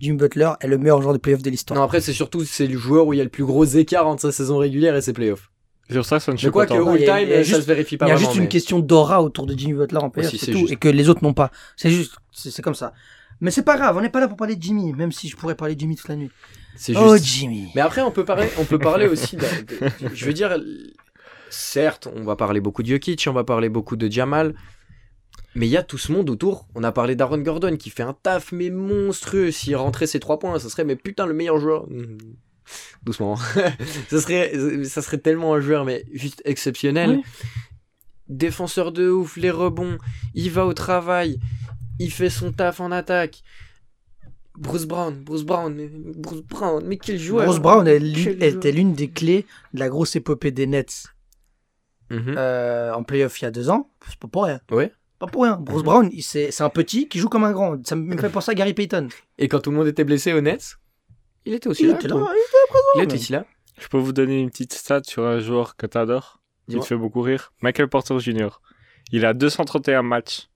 C: Jim Butler est le meilleur joueur de playoffs de l'histoire.
B: Non, après, c'est surtout c'est le joueur où il y a le plus gros écart entre sa saison régulière et ses playoffs.
D: Sur ça, ça ne
B: Je
D: suis
B: crois
D: pas
B: que
D: content.
C: Non, il y a- il
B: all-time,
C: y a
B: ça
C: juste-
B: se vérifie pas
C: Il y a
B: vraiment,
C: juste une
B: mais-
C: question d'aura autour de Jimmy Butler en playoffs,
B: Aussi,
C: c'est
B: c'est
C: tout,
B: juste.
C: et que les autres n'ont pas. C'est juste, c'est c'est comme ça. Mais c'est pas grave, on n'est pas là pour parler de Jimmy, même si je pourrais parler de Jimmy toute la nuit.
B: C'est
C: Oh
B: juste-
C: Jimmy
B: Mais après, on peut parler, on peut parler aussi. d'un- de- je veux dire, l- certes, on va parler beaucoup de Jokic, on va parler beaucoup de Jamal, mais il y a tout ce monde autour. On a parlé d'Aaron Gordon qui fait un taf mais monstrueux. S'il rentrait ses trois points, ça serait mais putain le meilleur joueur. Hmm. Doucement. ça serait, ça serait tellement un joueur mais juste exceptionnel.
C: Oui.
B: Défenseur de ouf, les rebonds, il va au travail, il fait son taf en attaque. Bruce Brown, Bruce Brown, mais- Bruce Brown, mais quel joueur
C: Bruce Brown est l'une-
B: Quel joueur.
C: était l'une des clés de la grosse épopée des Nets
B: Mhm.
C: euh, en playoff il y a deux ans. C'est pas pour rien.
B: Ouais.
C: Pas pour rien. Bruce Brown, il- c'est c'est un petit qui joue comme un grand. Ça me fait penser à Gary Payton.
B: Et quand tout le monde était blessé au Nets, il était aussi
C: Il
B: là.
C: était
B: toi.
C: là.
B: Il
C: même.
B: était aussi là.
D: Je peux vous donner une petite stat sur un joueur que t'adores, qui te
B: Dis-moi.
D: fait beaucoup rire. Michael Porter Jr. Il a 231 matchs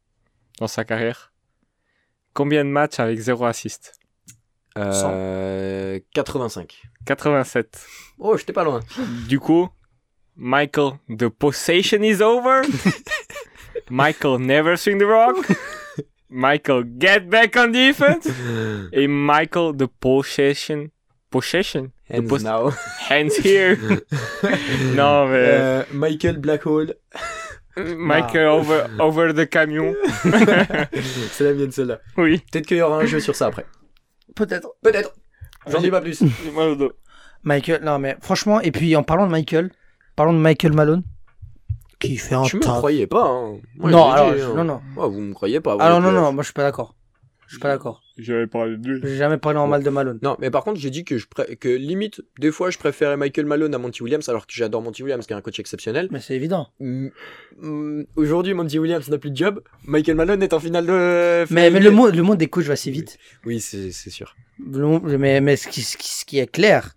D: dans sa carrière. Combien de matchs avec 0 assist
B: Euh, 85.
D: 87.
B: Oh, j'étais pas loin.
D: Du coup, Michael, the possession is over. Michael, never swing the rock. Michael, get back on defense. Et Michael, the possession. Possession?
B: Hands
D: The pos-
C: Euh.
B: now.
D: Hands here. non, mais.
B: Euh, Michael Blackhole.
D: Michael, over, over the camion.
B: C'est la mienne celle-là.
D: oui.
B: Peut-être qu'il y aura un jeu sur ça après.
C: Peut-être.
B: Peut-être. J'en dis pas plus.
D: J'ai mal au dos.
C: Michael, non mais franchement, et puis en parlant de Michael, parlons de Michael Malone, qui fait un
B: Tu me
C: tas.
B: croyais pas. hein. Moi,
C: Non,
B: je l'ai
C: alors,
B: dit,
C: je-
B: hein.
C: non, non.
B: Ouais, vous me croyez pas. vous, euh,
C: Ah non,
B: les
C: non,
B: playoffs.
C: non, moi je suis pas d'accord. Je suis pas d'accord.
D: J'avais parlé de lui.
C: J'ai jamais parlé en
B: Bon.
C: mal de Malone.
B: Non, mais par contre, j'ai dit que, je pré- que limite, des fois, je préférais Michael Malone à Monty Williams, alors que j'adore Monty Williams, qui est un coach exceptionnel.
C: Mais c'est évident.
B: Mm, mm, Aujourd'hui, Monty Williams n'a plus de job. Michael Malone est en finale de.
C: Mais, mais le, monde, le monde des coachs va si vite.
B: Oui, c'est c'est sûr.
C: Le monde- mais mais ce, qui, ce, qui, ce qui est clair,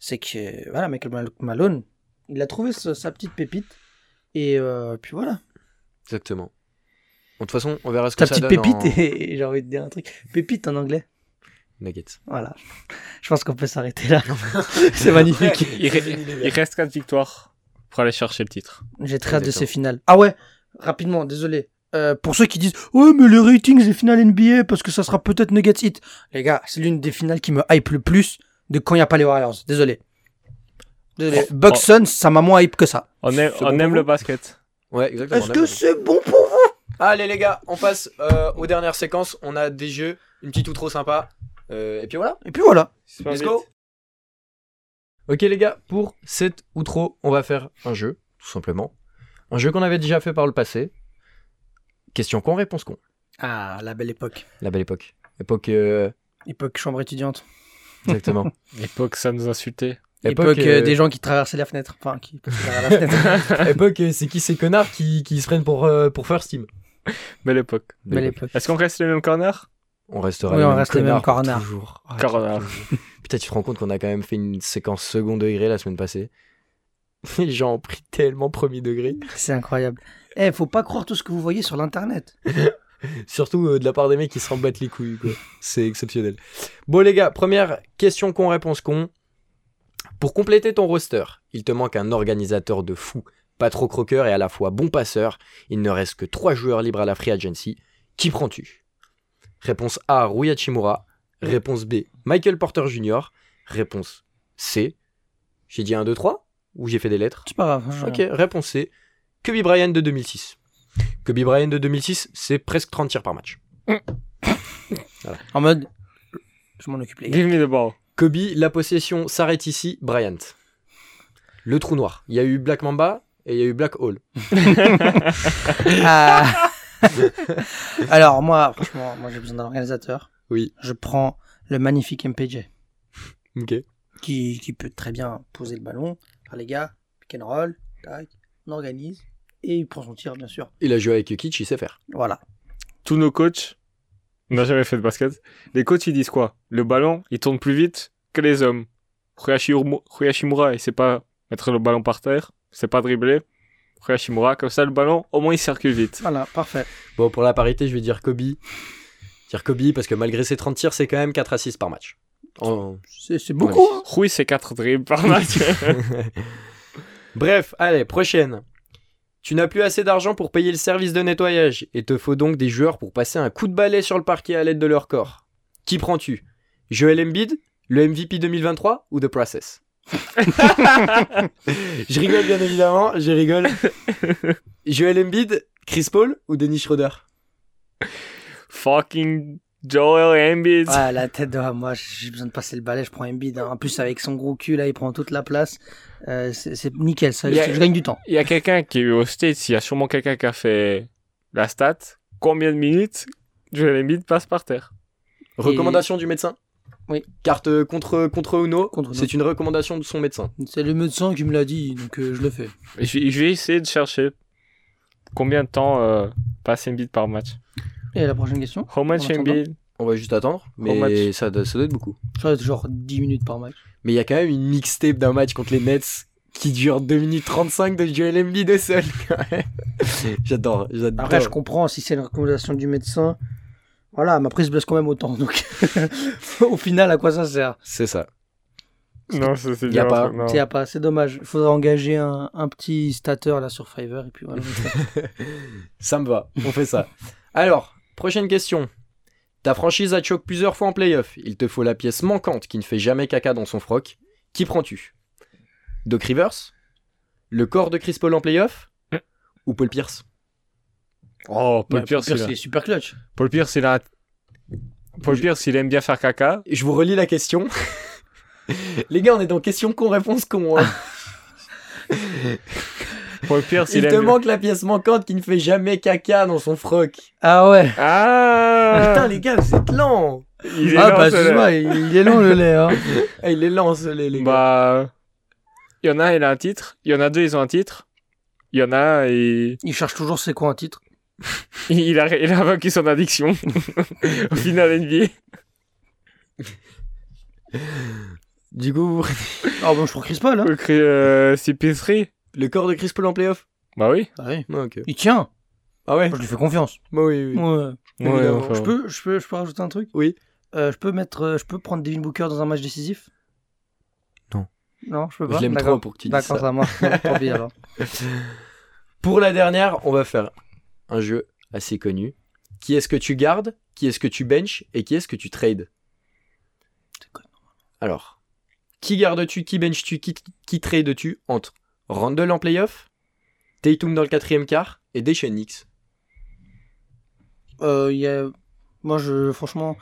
C: c'est que voilà, Michael Mal- Malone, il a trouvé ce- sa petite pépite. Et euh, puis voilà.
B: Exactement. Bon, de toute façon, on verra ce
C: Ta
B: que ça
C: petite
B: donne.
C: pépite,
B: en-
C: et j'ai envie de dire un truc. Pépite en anglais.
B: Nuggets.
C: Voilà. Je pense qu'on peut s'arrêter là. C'est magnifique.
D: Il, re- il reste 4 victoires pour aller chercher le titre.
C: J'ai très hâte de ces
B: Exactement.
C: finales. Ah ouais, rapidement, désolé. Euh, pour ceux qui disent Ouais, mais les ratings des finales NBA parce que ça sera peut-être Nuggets Hit. Les gars, c'est l'une des finales qui me hype le plus de quand il n'y a pas les Warriors. Désolé. Désolé.
D: Oh,
C: Bucks
D: oh.
C: Suns, ça m'a moins hype que ça.
D: On aime,
B: Second
D: on aime
B: tour.
D: le basket.
B: Ouais, exactement. on a pas-
C: c'est bon pour vous
B: Allez les gars, on passe euh, aux dernières séquences. On a des jeux, une petite outro sympa. Euh, et puis voilà.
C: Et puis voilà.
B: Let's go. Ok les gars, pour cette outro, on va faire un jeu, tout simplement. Un jeu qu'on avait déjà fait par le passé. Question con, réponse con.
C: Ah, la belle époque.
B: La belle époque. Époque. euh,
C: Époque chambre étudiante.
B: exactement.
D: L'époque, ça nous insultait.
C: Époque, euh, des gens qui traversaient la fenêtre. Enfin, qui passaient derrière la fenêtre.
B: époque, euh, c'est qui ces connards qui, qui se prennent pour, euh, pour First Team
D: Belle époque.
C: Belle époque.
D: Est-ce qu'on reste les mêmes corners
B: On restera
C: Oui,
B: les
C: on
B: mêmes
C: reste les mêmes
B: connards
C: cornards.
B: Toujours. Ah,
D: Cornards.
B: toujours. Putain, tu te rends compte qu'on a quand même fait une séquence second degré la semaine passée. Les gens ont pris tellement premier degré.
C: C'est incroyable. Eh, faut pas croire tout ce que vous voyez sur l'internet.
B: Surtout euh, de la part des mecs qui s'en battent les couilles. quoi. C'est exceptionnel. Bon les gars, première question con, réponse con. Pour compléter ton roster, il te manque un organisateur de fou, pas trop croqueur et à la fois bon passeur. Il ne reste que trois joueurs libres à la free agency. Qui prends-tu Réponse A, Rui Hachimura. Réponse B, Michael Porter Jr. Réponse C, j'ai dit 1, 2, 3 Ou j'ai fait des lettres
C: C'est pas grave. hein.
B: Ok, réponse C. Kobe Bryant de 2006. Kobe Bryant de 2006, c'est presque 30 tirs par match.
C: En mode, je m'en occupe les gars.
D: Give me the ball.
B: Kobe, la possession s'arrête ici, Bryant. Le trou noir. Il y a eu Black Mamba et il y a eu Black Hole.
C: Ah. Alors moi, franchement, moi j'ai besoin d'un organisateur.
B: Oui.
C: Je prends le magnifique MPJ
B: Ok.
C: qui, qui peut très bien poser le ballon. Alors les gars, pick and roll, tac, on organise et il prend son tir bien sûr.
B: Il a joué avec Jokic, il sait faire.
C: Voilà.
D: Tous nos coachs, on n'a jamais fait de basket. Les coachs, ils disent quoi Le ballon, il tourne plus vite que les hommes. Ruyashimura, Ruyashimura, il sait pas mettre le ballon par terre, il sait pas dribbler. Ruyashimura, comme ça, le ballon, au moins, il circule vite.
C: Voilà, parfait.
B: Bon, pour la parité, je vais dire Kobe. Dire Kobe parce que malgré ses 30 tirs, c'est quand même 4 à 6 par match. En-
C: C'est c'est beaucoup. hein.
D: Rui, c'est 4 dribbles par match.
B: Bref, allez, prochaine. Tu n'as plus assez d'argent pour payer le service de nettoyage et te faut donc des joueurs pour passer un coup de balai sur le parquet à l'aide de leur corps. Qui prends-tu Joel Embiid, le MVP 2023 ou The Process Je rigole bien évidemment, je rigole. Joel Embiid, Chris Paul ou Denis Schroeder
D: Fucking Joel Embiid.
C: Ouais, la tête de ah, moi, j'ai besoin de passer le balai, je prends Embiid. hein. En plus avec son gros cul là, il prend toute la place. Euh, c'est c'est nickel, ça,
D: Il y a-
C: je gagne du temps.
D: Il y a quelqu'un qui est au States, il y a sûrement quelqu'un qui a fait la stat. Combien de minutes Joel Embiid passe par terre
B: Recommandation du médecin
C: Oui.
B: Carte euh, contre, contre Uno,
C: Contre Uno.
B: c'est une recommandation de son médecin.
C: C'est le médecin qui me l'a dit, donc euh, je le fais.
D: Et Je vais, je vais essayer de chercher combien de temps euh, passe Embiid par match.
C: Et la prochaine question
D: How much
C: En attendant.
D: Embiid
B: On va juste attendre, mais
D: match.
B: ça, doit- ça doit être beaucoup.
C: Ça va être genre 10 minutes par match.
B: Mais il y a quand même une mixtape d'un match contre les Nets qui dure 2 minutes 35 de Joel Embiid de seul. quand même. j'adore, j'adore.
C: Après, je comprends si c'est une recommandation du médecin. Voilà, ma prise blesse quand même autant. Donc, au final, à quoi ça sert
B: C'est ça.
D: Non, ça, c'est
B: Y a
D: bien,
B: pas.
D: non.
C: C'est à pas, c'est dommage. Il faudra engager un, un petit stateur là sur Fiverr et puis voilà.
B: Ça me va, on fait ça. Alors, prochaine question. Ta franchise a choqué plusieurs fois en playoff. Il te faut la pièce manquante qui ne fait jamais caca dans son froc. Qui prends-tu Doc Rivers Le corps de Chris Paul en playoff Ou Paul Pierce
D: Oh, Paul
C: Ouais,
D: Pierce, il a-
C: c'est super clutch.
D: Paul Pierce, il a... Paul
B: Je-
D: Pierce, il aime bien faire caca.
B: Je vous relis la question. Les gars, on est dans question con, réponse con. hein.
D: Paul Pierce,
B: Il
D: il,
B: te
D: aime...
B: manque la pièce manquante qui ne fait jamais caca dans son froc.
C: Ah ouais.
B: Putain,
D: Ah
B: les gars, vous êtes lents.
D: Il est
C: Ah
D: lent,
C: bah,
D: ce-
C: excuse-moi, il est long le lait. Hein.
B: Eh, il est lent, ce lait, les gars.
D: Bah... Il y en a un, il a un titre. Il y en a deux, ils ont un titre. Il y en a un, il,
C: Il cherche toujours c'est quoi un titre
D: il, a... il a vaincu son addiction. Au final NBA.
B: Du coup, vous-
C: Ah bon, je trouve Chris Paul. Hein.
D: Le cri- euh, CP3.
B: le corps de Chris Paul en playoff
D: Bah oui.
C: Ah oui.
B: Ok.
C: Il tient.
B: Ah ouais
C: Je lui fais confiance.
B: Bah oui, oui.
C: Ouais.
D: Ouais,
B: Évidemment.
D: enfin,
C: Je peux, je peux, je peux rajouter un truc
B: Oui.
C: Euh, je peux mettre, euh, je peux prendre Devin Booker dans un match décisif
B: Non.
C: Non, je peux pas.
B: Je l'aime
C: D'accord.
B: trop pour que tu dises
C: D'accord,
B: ça.
C: ça marche. Tant pis alors.
B: Pour la dernière, on va faire un jeu assez connu. Qui est-ce que tu gardes Qui est-ce que tu benches Et qui est-ce que tu trades
C: C'est connu.
B: Alors, qui gardes-tu Qui benches-tu Qui, qui trades-tu entre Randle en playoff, Tatum dans le quatrième quart et Deshaun Nix
C: Euh, il y a... Moi, je, franchement,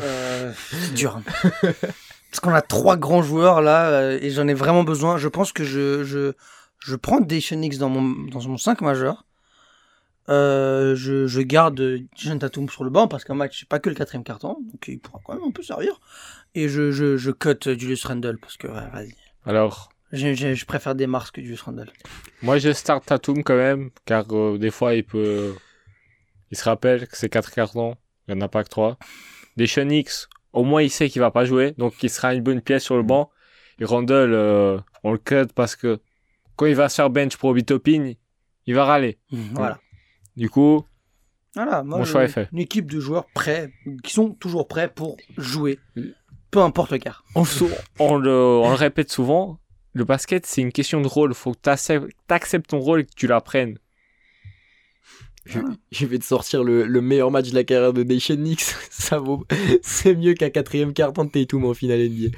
C: euh, c'est dur. Parce qu'on a trois grands joueurs là euh, et j'en ai vraiment besoin. Je pense que je, je, je prends Deshaun X dans mon, dans mon 5 majeur. Euh, je, je garde Jason Tatum sur le banc parce qu'un match, c'est pas que le quatrième carton, donc il pourra quand même un peu servir. Et je, je, je cut euh, Julius Randle parce que, ouais, vas-y.
D: Alors,
C: Je, je- je préfère des Mars que Julius Randle.
D: moi je start Tatum quand même, car euh, des fois il peut. Il se rappelle que c'est 4 cartons, il n'y en a pas que 3. Des X, au moins il sait qu'il va pas jouer, donc il sera une bonne pièce sur le
B: Mm.
D: banc. Et Randall, euh, on le cut parce que quand il va se faire bench pour Bitopin, il va râler.
C: Voilà.
D: Du coup,
C: Voilà, moi,
D: Mon
C: je-
D: choix est fait.
C: Une équipe de joueurs prêts, qui sont toujours prêts pour jouer,
D: Mm.
C: peu importe le quart.
D: on, sou- on le, on le répète souvent, le basket c'est une question de rôle. Faut que t'accep- t'acceptes ton rôle et que tu l'apprennes.
B: je, je vais te sortir le, le meilleur match de la carrière de Deshaun Nix. Ça vaut, c'est mieux qu'un quatrième carton de Tatum en finale NBA.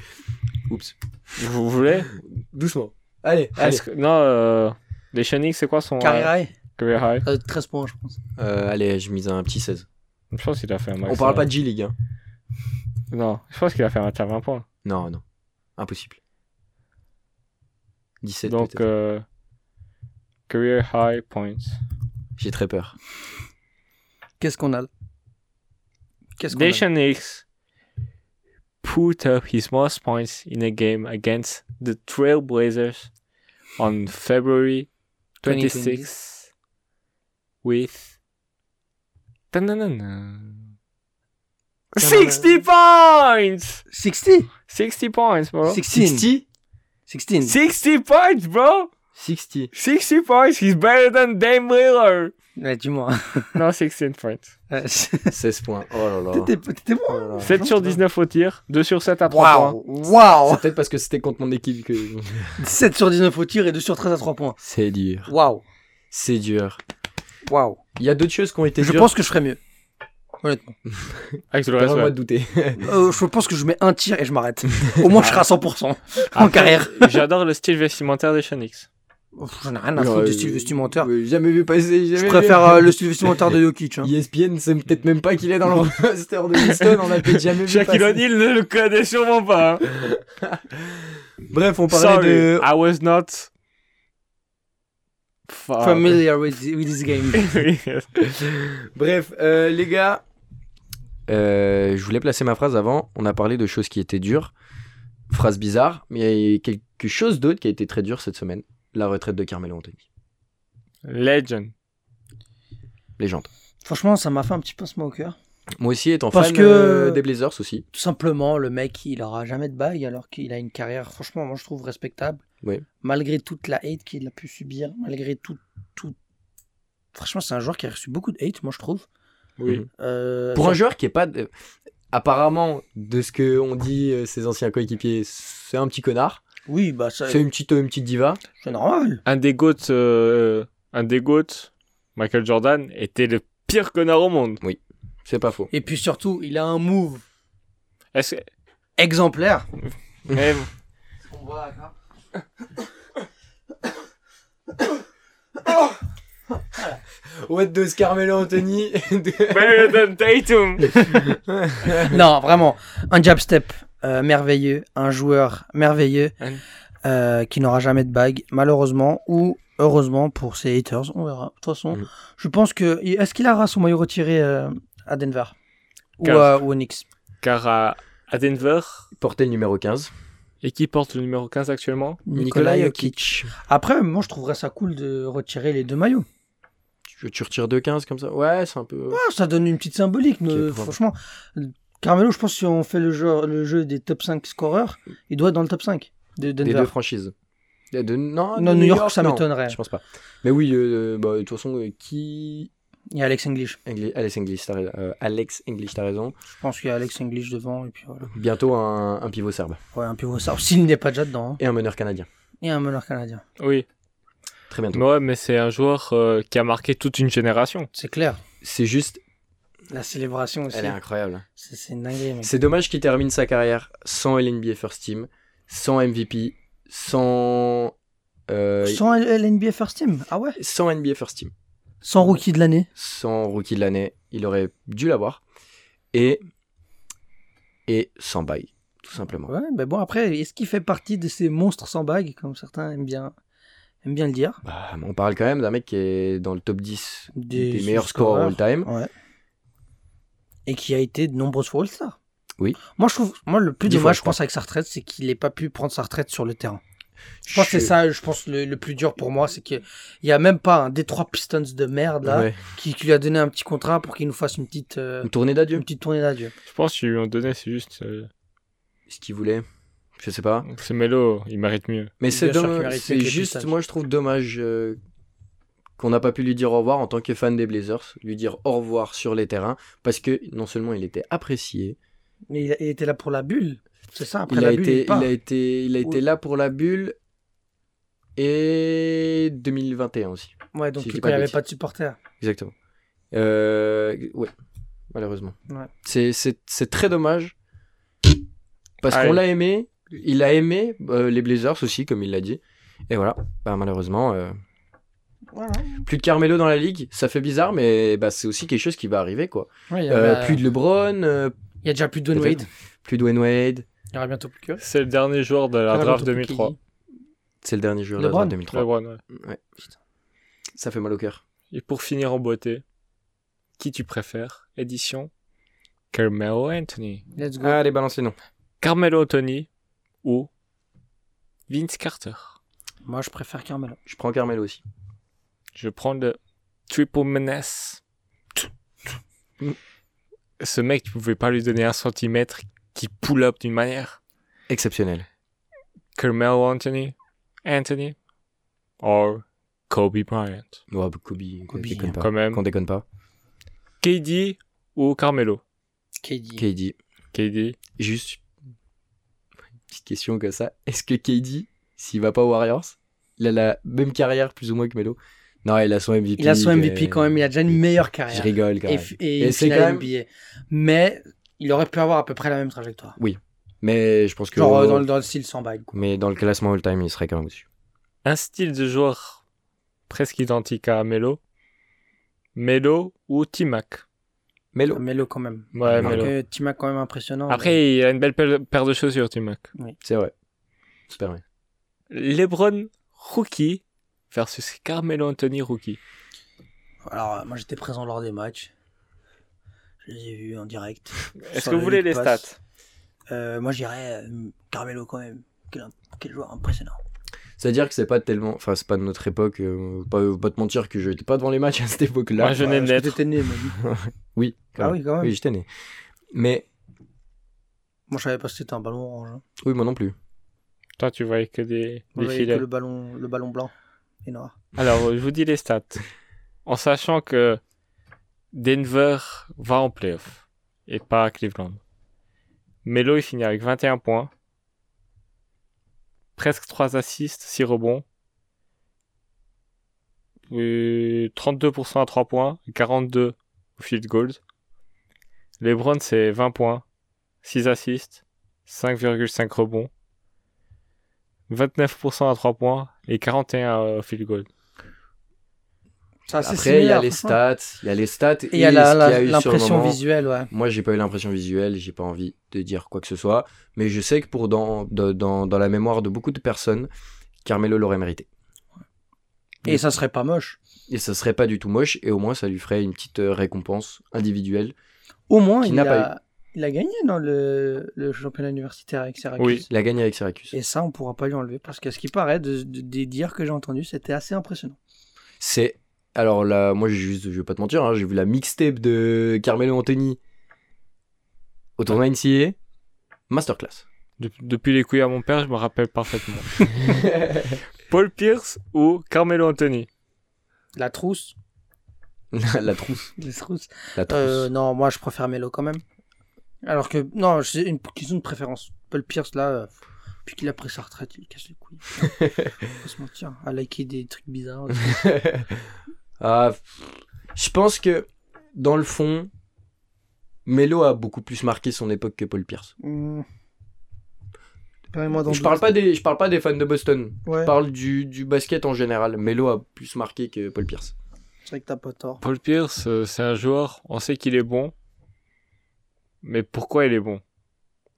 B: Oups,
D: Vous voulez
B: doucement. Allez, allez.
D: Est-ce que- Non, euh, les Shenix, c'est quoi son.
C: Carrière
D: euh,
C: high,
D: career high
C: euh, 13 points, je pense.
B: Euh, allez, je mise un petit 16.
D: Je pense qu'il a fait un match.
B: On parle
D: euh,
B: pas de G-League. hein.
D: Non, je pense qu'il a fait un match à 20 points.
B: Non, non. Impossible. 17
D: Donc,
B: peut-être.
D: euh, career high points.
B: J'ai très peur.
C: Qu'est-ce qu'on a là Qu'est-ce qu'on a
D: Les
C: là
D: Shenix put up his most points in a game against the Trailblazers on February 26 with. Ta-na-na-na. 60 points!
C: 60
D: 60 points, bro.
C: 16 16
D: 60 points, bro!
B: 60.
D: 60 points, he's better than Dame Lillard.
C: Ouais, dis-moi.
D: Non, 16 points.
C: Ouais,
B: 16 points. Oh là là.
C: T'étais t'étais bon.
B: Oh là là.
D: 7 sur 19 au tir, 2 sur 7 à 3 points.
C: Waouh Waouh
B: C'est peut-être parce que c'était contre mon équipe que.
C: 7 sur 19 au tir et 2 sur 13 à 3 points.
B: C'est dur.
C: Waouh
B: C'est dur.
C: Waouh
B: Il y a d'autres choses qui ont été
C: Je
B: dures.
C: pense que je ferais mieux. Honnêtement.
D: Avec le
B: Pas
D: reste,
B: moi
D: ouais.
B: de douter.
C: Euh, je pense que je mets un tir et je m'arrête. Au moins, je serai à 100% en
D: Après,
C: carrière.
D: J'adore le style vestimentaire des Shenix.
C: Ouf, J'en ai rien à foutre du style vestimentaire.
B: Euh, Jamais vu passer. jamais
C: Je
B: vu.
C: préfère euh, le style vestimentaire de Jokic. hein.
B: E ESPN, c'est peut-être même pas qu'il est dans le roster de Houston. On a peut-être jamais vu.
D: Shaquille
B: passer.
D: O'Neal ne le connaît sûrement pas. hein.
B: Bref, on parlait
D: Sorry,
B: de.
D: I was not...
B: Ah,
D: Fuck.
C: Familiar with, thi- with this game.
B: Bref, euh, les gars, euh, je voulais placer ma phrase avant. On a parlé de choses qui étaient dures, phrases bizarres, mais il y a quelque chose d'autre qui a été très dur cette semaine la retraite de Carmelo Anthony.
D: Legend.
B: Légende.
C: Franchement, ça m'a fait un petit pincement au cœur.
B: Moi aussi, étant
C: Parce
B: fan
C: que-
B: euh, des Blazers aussi.
C: Tout simplement, le mec, il aura jamais de bague alors qu'il a une carrière, franchement, moi je trouve respectable.
B: Oui.
C: Malgré toute la hate qu'il a pu subir, malgré tout. tout... Franchement, c'est un joueur qui a reçu beaucoup de hate, moi je trouve.
D: Oui.
B: Mhm.
C: Euh,
B: Pour
C: ça-
B: un joueur qui est pas. de- Apparemment, de ce que on dit, euh, ses anciens coéquipiers, c'est un petit connard.
C: Oui, bah ça,
B: C'est une petite, une petite diva.
C: c'est normal.
D: Un des GOATs, euh, un des GOATs, Michael Jordan, était le pire connard au monde.
B: C'est pas faux.
C: Et puis surtout, il a un move
D: Est-ce que...
C: exemplaire.
D: Mais-
B: What does Carmelo Anthony
D: Better than Tatum.
C: non, vraiment, un jab step euh, merveilleux, un joueur merveilleux
D: Un-
C: euh, qui n'aura jamais de bague, malheureusement ou heureusement pour ses haters. On verra. De toute façon,
B: Mm.
C: je pense que est-ce qu'il aura son maillot retiré euh, à Denver ou,
D: Car-
C: à- ou au Knicks
D: Car à, à Denver,
B: Portait le numéro 15.
D: et qui porte le numéro 15 actuellement
C: Nikola Jokic. Après, moi, je trouverais ça cool de retirer les deux maillots.
B: Tu, tu retires 2-15 comme ça Ouais, c'est un peu. euh,
C: Ah, ça donne une petite symbolique, mais
B: Ok, pourquoi pas.
C: franchement, Carmelo, je pense que si on fait le jeu, le jeu des top 5 scoreurs, il doit être dans le top 5 de Denver.
B: Des deux franchises. Il y a de- Non,
C: Non, New York, ça
B: non,
C: m'étonnerait.
B: Je pense pas. Mais oui, euh, bah, de toute façon, euh, qui.
C: Il y a Alex English.
B: Engli- Alex English, t'as raison. Euh, Alex English, t'as raison.
C: Je pense qu'il y a Alex English devant et puis voilà.
B: Bientôt un, un pivot serbe
C: Ouais, un pivot ça. S'il n'est pas déjà dedans. hein.
B: et un meneur canadien.
C: Et un meneur canadien.
D: Oui.
B: Très bientôt.
D: Mais ouais, mais c'est un joueur euh, qui a marqué toute une génération.
C: C'est clair.
B: C'est juste,
C: La célébration aussi.
B: elle est incroyable.
C: C'est c'est une dinguerie, mec.
B: C'est dommage qu'il termine sa carrière sans LNBA First Team, sans MVP, sans. euh,
C: Sans l'NBA First Team Ah ouais
B: sans NBA First Team,
C: Sans rookie de l'année
B: sans rookie de l'année, il aurait dû l'avoir. Et. Et sans bail, tout simplement.
C: Ouais, mais bon, après, est-ce qu'il fait partie de ces monstres sans bague, comme certains aiment bien, aiment bien le dire
B: Bah, on parle quand même d'un mec qui est dans le top 10
C: Des
B: des, meilleurs scoreurs all time.
C: Ouais. Et qui a été de nombreuses fois All-Star.
B: Oui.
C: Moi, je trouve, moi, le plus
B: Dix fois,
C: dommage,
B: je
C: je pense,
B: crois.
C: avec sa retraite, c'est qu'il n'ait pas pu prendre sa retraite sur le terrain. Je pense que c'est
B: Je-
C: ça, je pense, le, le plus dur pour moi, c'est qu'il n'y a même pas un des trois Pistons de merde, là,
B: Ouais.
C: qui, qui lui a donné un petit contrat pour qu'il nous fasse une petite, euh,
B: Une tournée d'adieu.
C: une petite tournée d'adieu.
D: Je pense qu'ils lui ont donné, c'est juste. euh,
B: Ce qu'il voulait. Je sais pas.
D: c'est Melo, il mérite mieux.
B: Mais
C: Bien
B: c'est
C: sûr
B: dommage-
C: qu'il mérite mieux
B: c'est
C: que les
B: juste,
C: Pistons.
B: moi je trouve dommage euh, qu'on n'a pas pu lui dire au revoir en tant que fan des Blazers, lui dire au revoir sur les terrains, parce que non seulement il était apprécié,
C: Mais il, a- il était là pour la bulle. C'est ça, après
B: il
C: la
B: a,
C: bulle,
B: été,
C: il part.
B: il, a été, il a été
C: Oui.
B: là pour la bulle et 2021 aussi.
C: Ouais, donc
B: si je dis
C: quand
B: pas
C: il
B: de
C: n'y avait
B: bêtises.
C: pas de supporters.
B: Exactement. Euh, ouais, malheureusement.
C: Ouais.
B: C'est- C'est c'est très dommage parce
D: Ouais.
B: qu'on l'a aimé, il a aimé euh, les Blazers aussi, comme il l'a dit. Et voilà, bah, malheureusement. euh,
C: Voilà.
B: plus de Carmelo dans la ligue, ça fait bizarre, mais bah, c'est aussi quelque chose qui va arriver quoi.
C: Ouais, il y,
B: Euh,
C: avait-
B: plus de LeBron, euh,
C: il y a déjà plus de Dwayne
B: peut-être.
C: Wade.
B: plus de Wayne Wade,
C: Il y aura bientôt plus que.
D: C'est le dernier joueur de la draft 2003.
B: c'est le dernier joueur de la
C: LeBron.
B: draft 2003.
D: LeBron, ouais.
B: Ça fait mal au cœur.
D: Et pour finir en beauté, qui tu préfères Édition Carmelo Anthony.
C: Let's go.
B: Allez, balancez non.
D: Carmelo Anthony ou Vince Carter.
C: Moi, je préfère Carmelo.
B: Je prends Carmelo aussi.
D: Je prends le triple menace. Ce mec, tu pouvais pas lui donner un centimètre qui pull up d'une manière.
B: Exceptionnel.
D: Carmelo Anthony, Anthony, or Kobe Bryant.
B: Ouais, bah, Kobe,
C: Kobe,
B: déconne pas.
D: Quand même.
B: Qu'on déconne pas.
D: KD ou Carmelo
C: KD.
B: KD,
D: KD.
B: juste une petite question comme ça. Est-ce que KD, s'il va pas aux Warriors, il a la même carrière plus ou moins que Melo Non, il a son MVP.
C: Il a son MVP
B: euh,
C: quand même. Il a déjà une meilleure carrière.
B: Je rigole quand
C: Et,
B: même.
C: f- et,
B: Et
C: une
B: c'est
C: finale
B: quand même-
C: NBA. Mais il aurait pu avoir à peu près la même trajectoire.
B: Mais je pense que.
C: Genre euh, dans, le- dans le style sans bague. quoi.
B: Mais dans le classement all-time, il serait quand même au-dessus.
D: un style de joueur presque identique à Melo. Melo ou Timac.
B: Melo.
C: Ah, Melo quand même.
D: Ouais,
B: Marc-
D: Melo.
C: Marque Tima quand même impressionnant. mais-
D: Après, il a une belle paire paire de chaussures, Timac.
B: C'est vrai. C'est permis.
D: LeBron rookie versus Carmelo Anthony rookie.
C: Alors, euh, moi, j'étais présent lors des matchs. Je les ai vus en direct.
D: Est-ce
C: Sur
D: que
C: le
D: vous voulez
C: lead
D: les
C: pass.
D: stats
C: Euh, Moi, j'irais euh, Carmelo quand même. Quel, quel joueur impressionnant.
B: C'est-à-dire que c'est pas tellement. Enfin, c'est pas de notre époque. euh, pas, pas te mentir que j'étais pas devant les matchs à cette époque-là.
D: Moi, Bah, je venais de
C: parce que
D: naître.
C: t'étais né, mais...
B: Oui. quand
C: Ah
B: même.
C: oui, quand même.
B: Oui, j'étais né. Mais.
C: Moi, je savais pas si c'était un ballon orange. hein.
B: Oui, moi non plus.
D: Toi, tu voyais que des,
C: Moi,
D: des
C: je voyais que
D: filets.
C: le ballon, le ballon blanc et noir.
D: Alors, je vous dis les stats. En sachant que Denver va en playoff et pas à Cleveland. Melo, il finit avec 21 points, presque 3 assists, 6 rebonds, euh, 32% à 3 points, 42 au field goal. LeBron, c'est 20 points, 6 assists, 5,5 rebonds, 29% à 3 points et 41 au field goal.
C: Ça, Ah, c'est
B: Après, il y a
C: similaire,
B: les
C: franchement.
B: stats. Il y a les stats.
C: Et il y a
B: ce
C: la-
B: qu'il
C: la-
B: eu sur le
C: l'impression
B: moment.
C: visuelle, ouais.
B: Moi, j'ai pas eu l'impression visuelle, j'ai pas envie de dire quoi que ce soit, mais je sais que pour dans, de- dans, dans la mémoire de beaucoup de personnes, Carmelo l'aurait mérité.
C: Et ça serait pas moche.
B: Et ça serait pas du tout moche, et au moins ça lui ferait une petite euh, récompense individuelle.
C: Au moins,
B: Qui
C: il
B: n'a
C: a,
B: pas
C: il a gagné dans le, le championnat universitaire avec Syracuse.
D: Oui.
B: Il a gagné avec Syracuse.
C: Et ça, on pourra pas lui enlever parce que ce qui paraît de, de- des dires que j'ai entendus, c'était assez impressionnant.
B: C'est. Alors là, moi, j'ai juste, je vais pas te mentir, hein, j'ai vu la mixtape de Carmelo Anthony au tournoi NCAA. Masterclass.
D: Dep- depuis les couilles à mon père, je me rappelle parfaitement. Paul Pierce ou Carmelo Anthony
C: La trousse.
B: La, la trousse.
C: La trousse.
B: La trousse.
C: Euh, non, moi, je préfère Melo quand même. Alors que, non, c'est une question de préférence. Paul Pierce, là, euh, depuis qu'il a pris sa retraite, il casse les couilles. Faut se mentir. hein. À liker des trucs bizarres.
B: Ah, pff, je pense que, dans le fond, Melo a beaucoup plus marqué son époque que Paul Pierce.
C: Hum. Permets-moi d'en
B: Je parle,
C: douter.
B: pas des, je parle pas des fans de Boston.
C: Ouais,
B: Je parle du, du basket en général. Melo a plus marqué que Paul Pierce.
C: c'est vrai que t'as pas tort.
D: Paul Pierce, euh, c'est un joueur, on sait qu'il est bon, mais pourquoi il est bon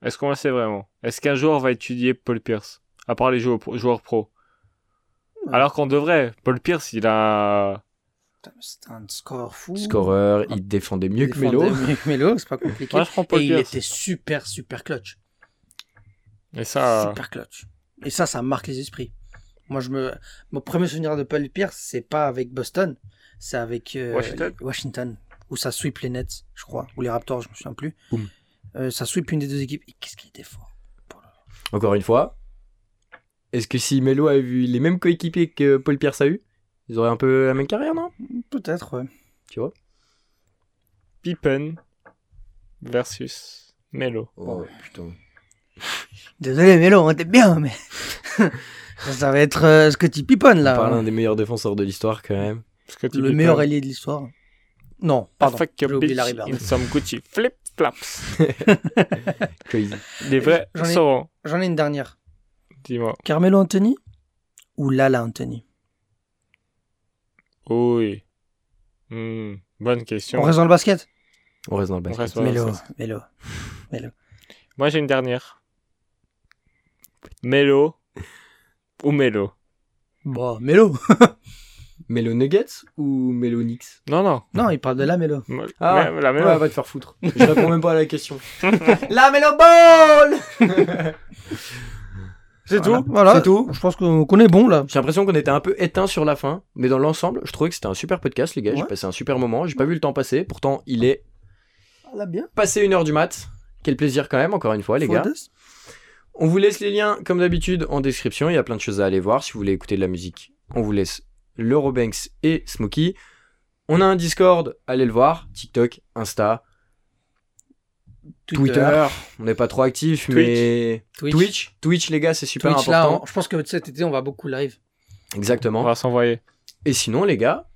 D: Est-ce qu'on le sait vraiment Est-ce qu'un joueur va étudier Paul Pierce À part les joueurs pro. joueurs pro
C: Ouais.
D: Alors qu'on devrait, Paul Pierce, il a...
C: Putain, mais C'était un score fou.
B: Scoreur, il défendait euh, mieux que
C: Défendait
B: Melo.
C: Mieux que Melo, c'est pas compliqué.
D: Moi, je prends Paul
C: Et il
D: Pierce.
C: était super, super clutch.
D: Et ça...
C: Super clutch. Et ça, ça marque les esprits. Moi, je me. Mon premier souvenir de Paul Pierce, c'est pas avec Boston, c'est avec euh,
D: Washington.
C: les- Washington, où ça sweep les Nets, je crois, ou les Raptors, je me souviens plus.
B: Boum.
C: Euh, ça sweep une des deux équipes. Et qu'est-ce qu'il était fort.
B: Encore une fois, est-ce que si Melo avait eu les mêmes coéquipiers que Paul Pierce a eu, ils auraient un peu la même carrière, non
C: Peut-être, ouais.
B: Tu vois
D: Pippen versus Melo.
B: Oh putain.
C: Désolé, Mélo, on t'aime bien, mais. ça, ça va être euh, ce que tu piponnes,
B: Oh, On
C: là.
B: parle
C: hein.
B: d'un des meilleurs défenseurs de l'histoire quand même.
C: Le meilleur allié de l'histoire. Non, pardon.
D: Fuck
C: J'ai
D: your
C: oublié
D: bitch
C: Larry Bird.
D: in some Gucci flip flops.
B: Crazy.
D: Les vrais
C: J'en ai-
D: sauront.
C: J'en ai une dernière.
D: Dis-moi.
C: Carmelo Anthony ou Lala Anthony
D: Oui. Hmm, Bonne question.
C: On reste dans le basket
B: On reste dans le
D: On
B: basket.
D: reste dans le
C: Melo,
D: basket.
C: Melo.
D: Moi, j'ai une dernière. Melo ou Melo
C: Bon, Melo.
B: Melo Nuggets ou Melo Knicks
D: Non, non.
C: Non, il parle de la Melo.
D: M-
B: Ah,
D: mais- la
B: Ouais,
D: Melo.
B: va te faire foutre. Je réponds même pas à la question.
C: La Melo Ball
D: C'est
C: Voilà,
D: tout
C: voilà.
B: C'est tout
C: Je pense qu'on qu'on est bon là.
B: J'ai l'impression qu'on était un peu éteint sur la fin, mais dans l'ensemble, je trouvais que c'était un super podcast, les gars. J'ai
C: Ouais.
B: passé un super moment. J'ai pas vu le temps passer. Pourtant, il est
C: Là, bien.
B: passé une heure du mat. Quel plaisir quand même, encore une fois, les gars. On vous laisse les liens, comme d'habitude, en description. Il y a plein de choses à aller voir. Si vous voulez écouter de la musique, on vous laisse l'Eurobanks et Smokey. On a un Discord, allez le voir. TikTok, Insta, Twitter. On n'est pas trop actifs,
D: Twitch.
B: mais.
C: Twitch.
B: Twitch. Twitch, les gars, c'est super
C: Twitch, là,
B: important.
C: on- je pense que cet été, on va beaucoup live.
D: On
B: Exactement.
D: va s'envoyer.
B: Et sinon, les gars,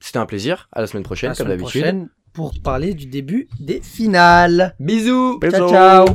B: c'était un plaisir. À la semaine prochaine,
C: La
B: comme
C: semaine
B: d'habitude.
C: prochaine pour parler du début des finales.
B: Bisous.
D: Bisous.
C: Ciao, ciao.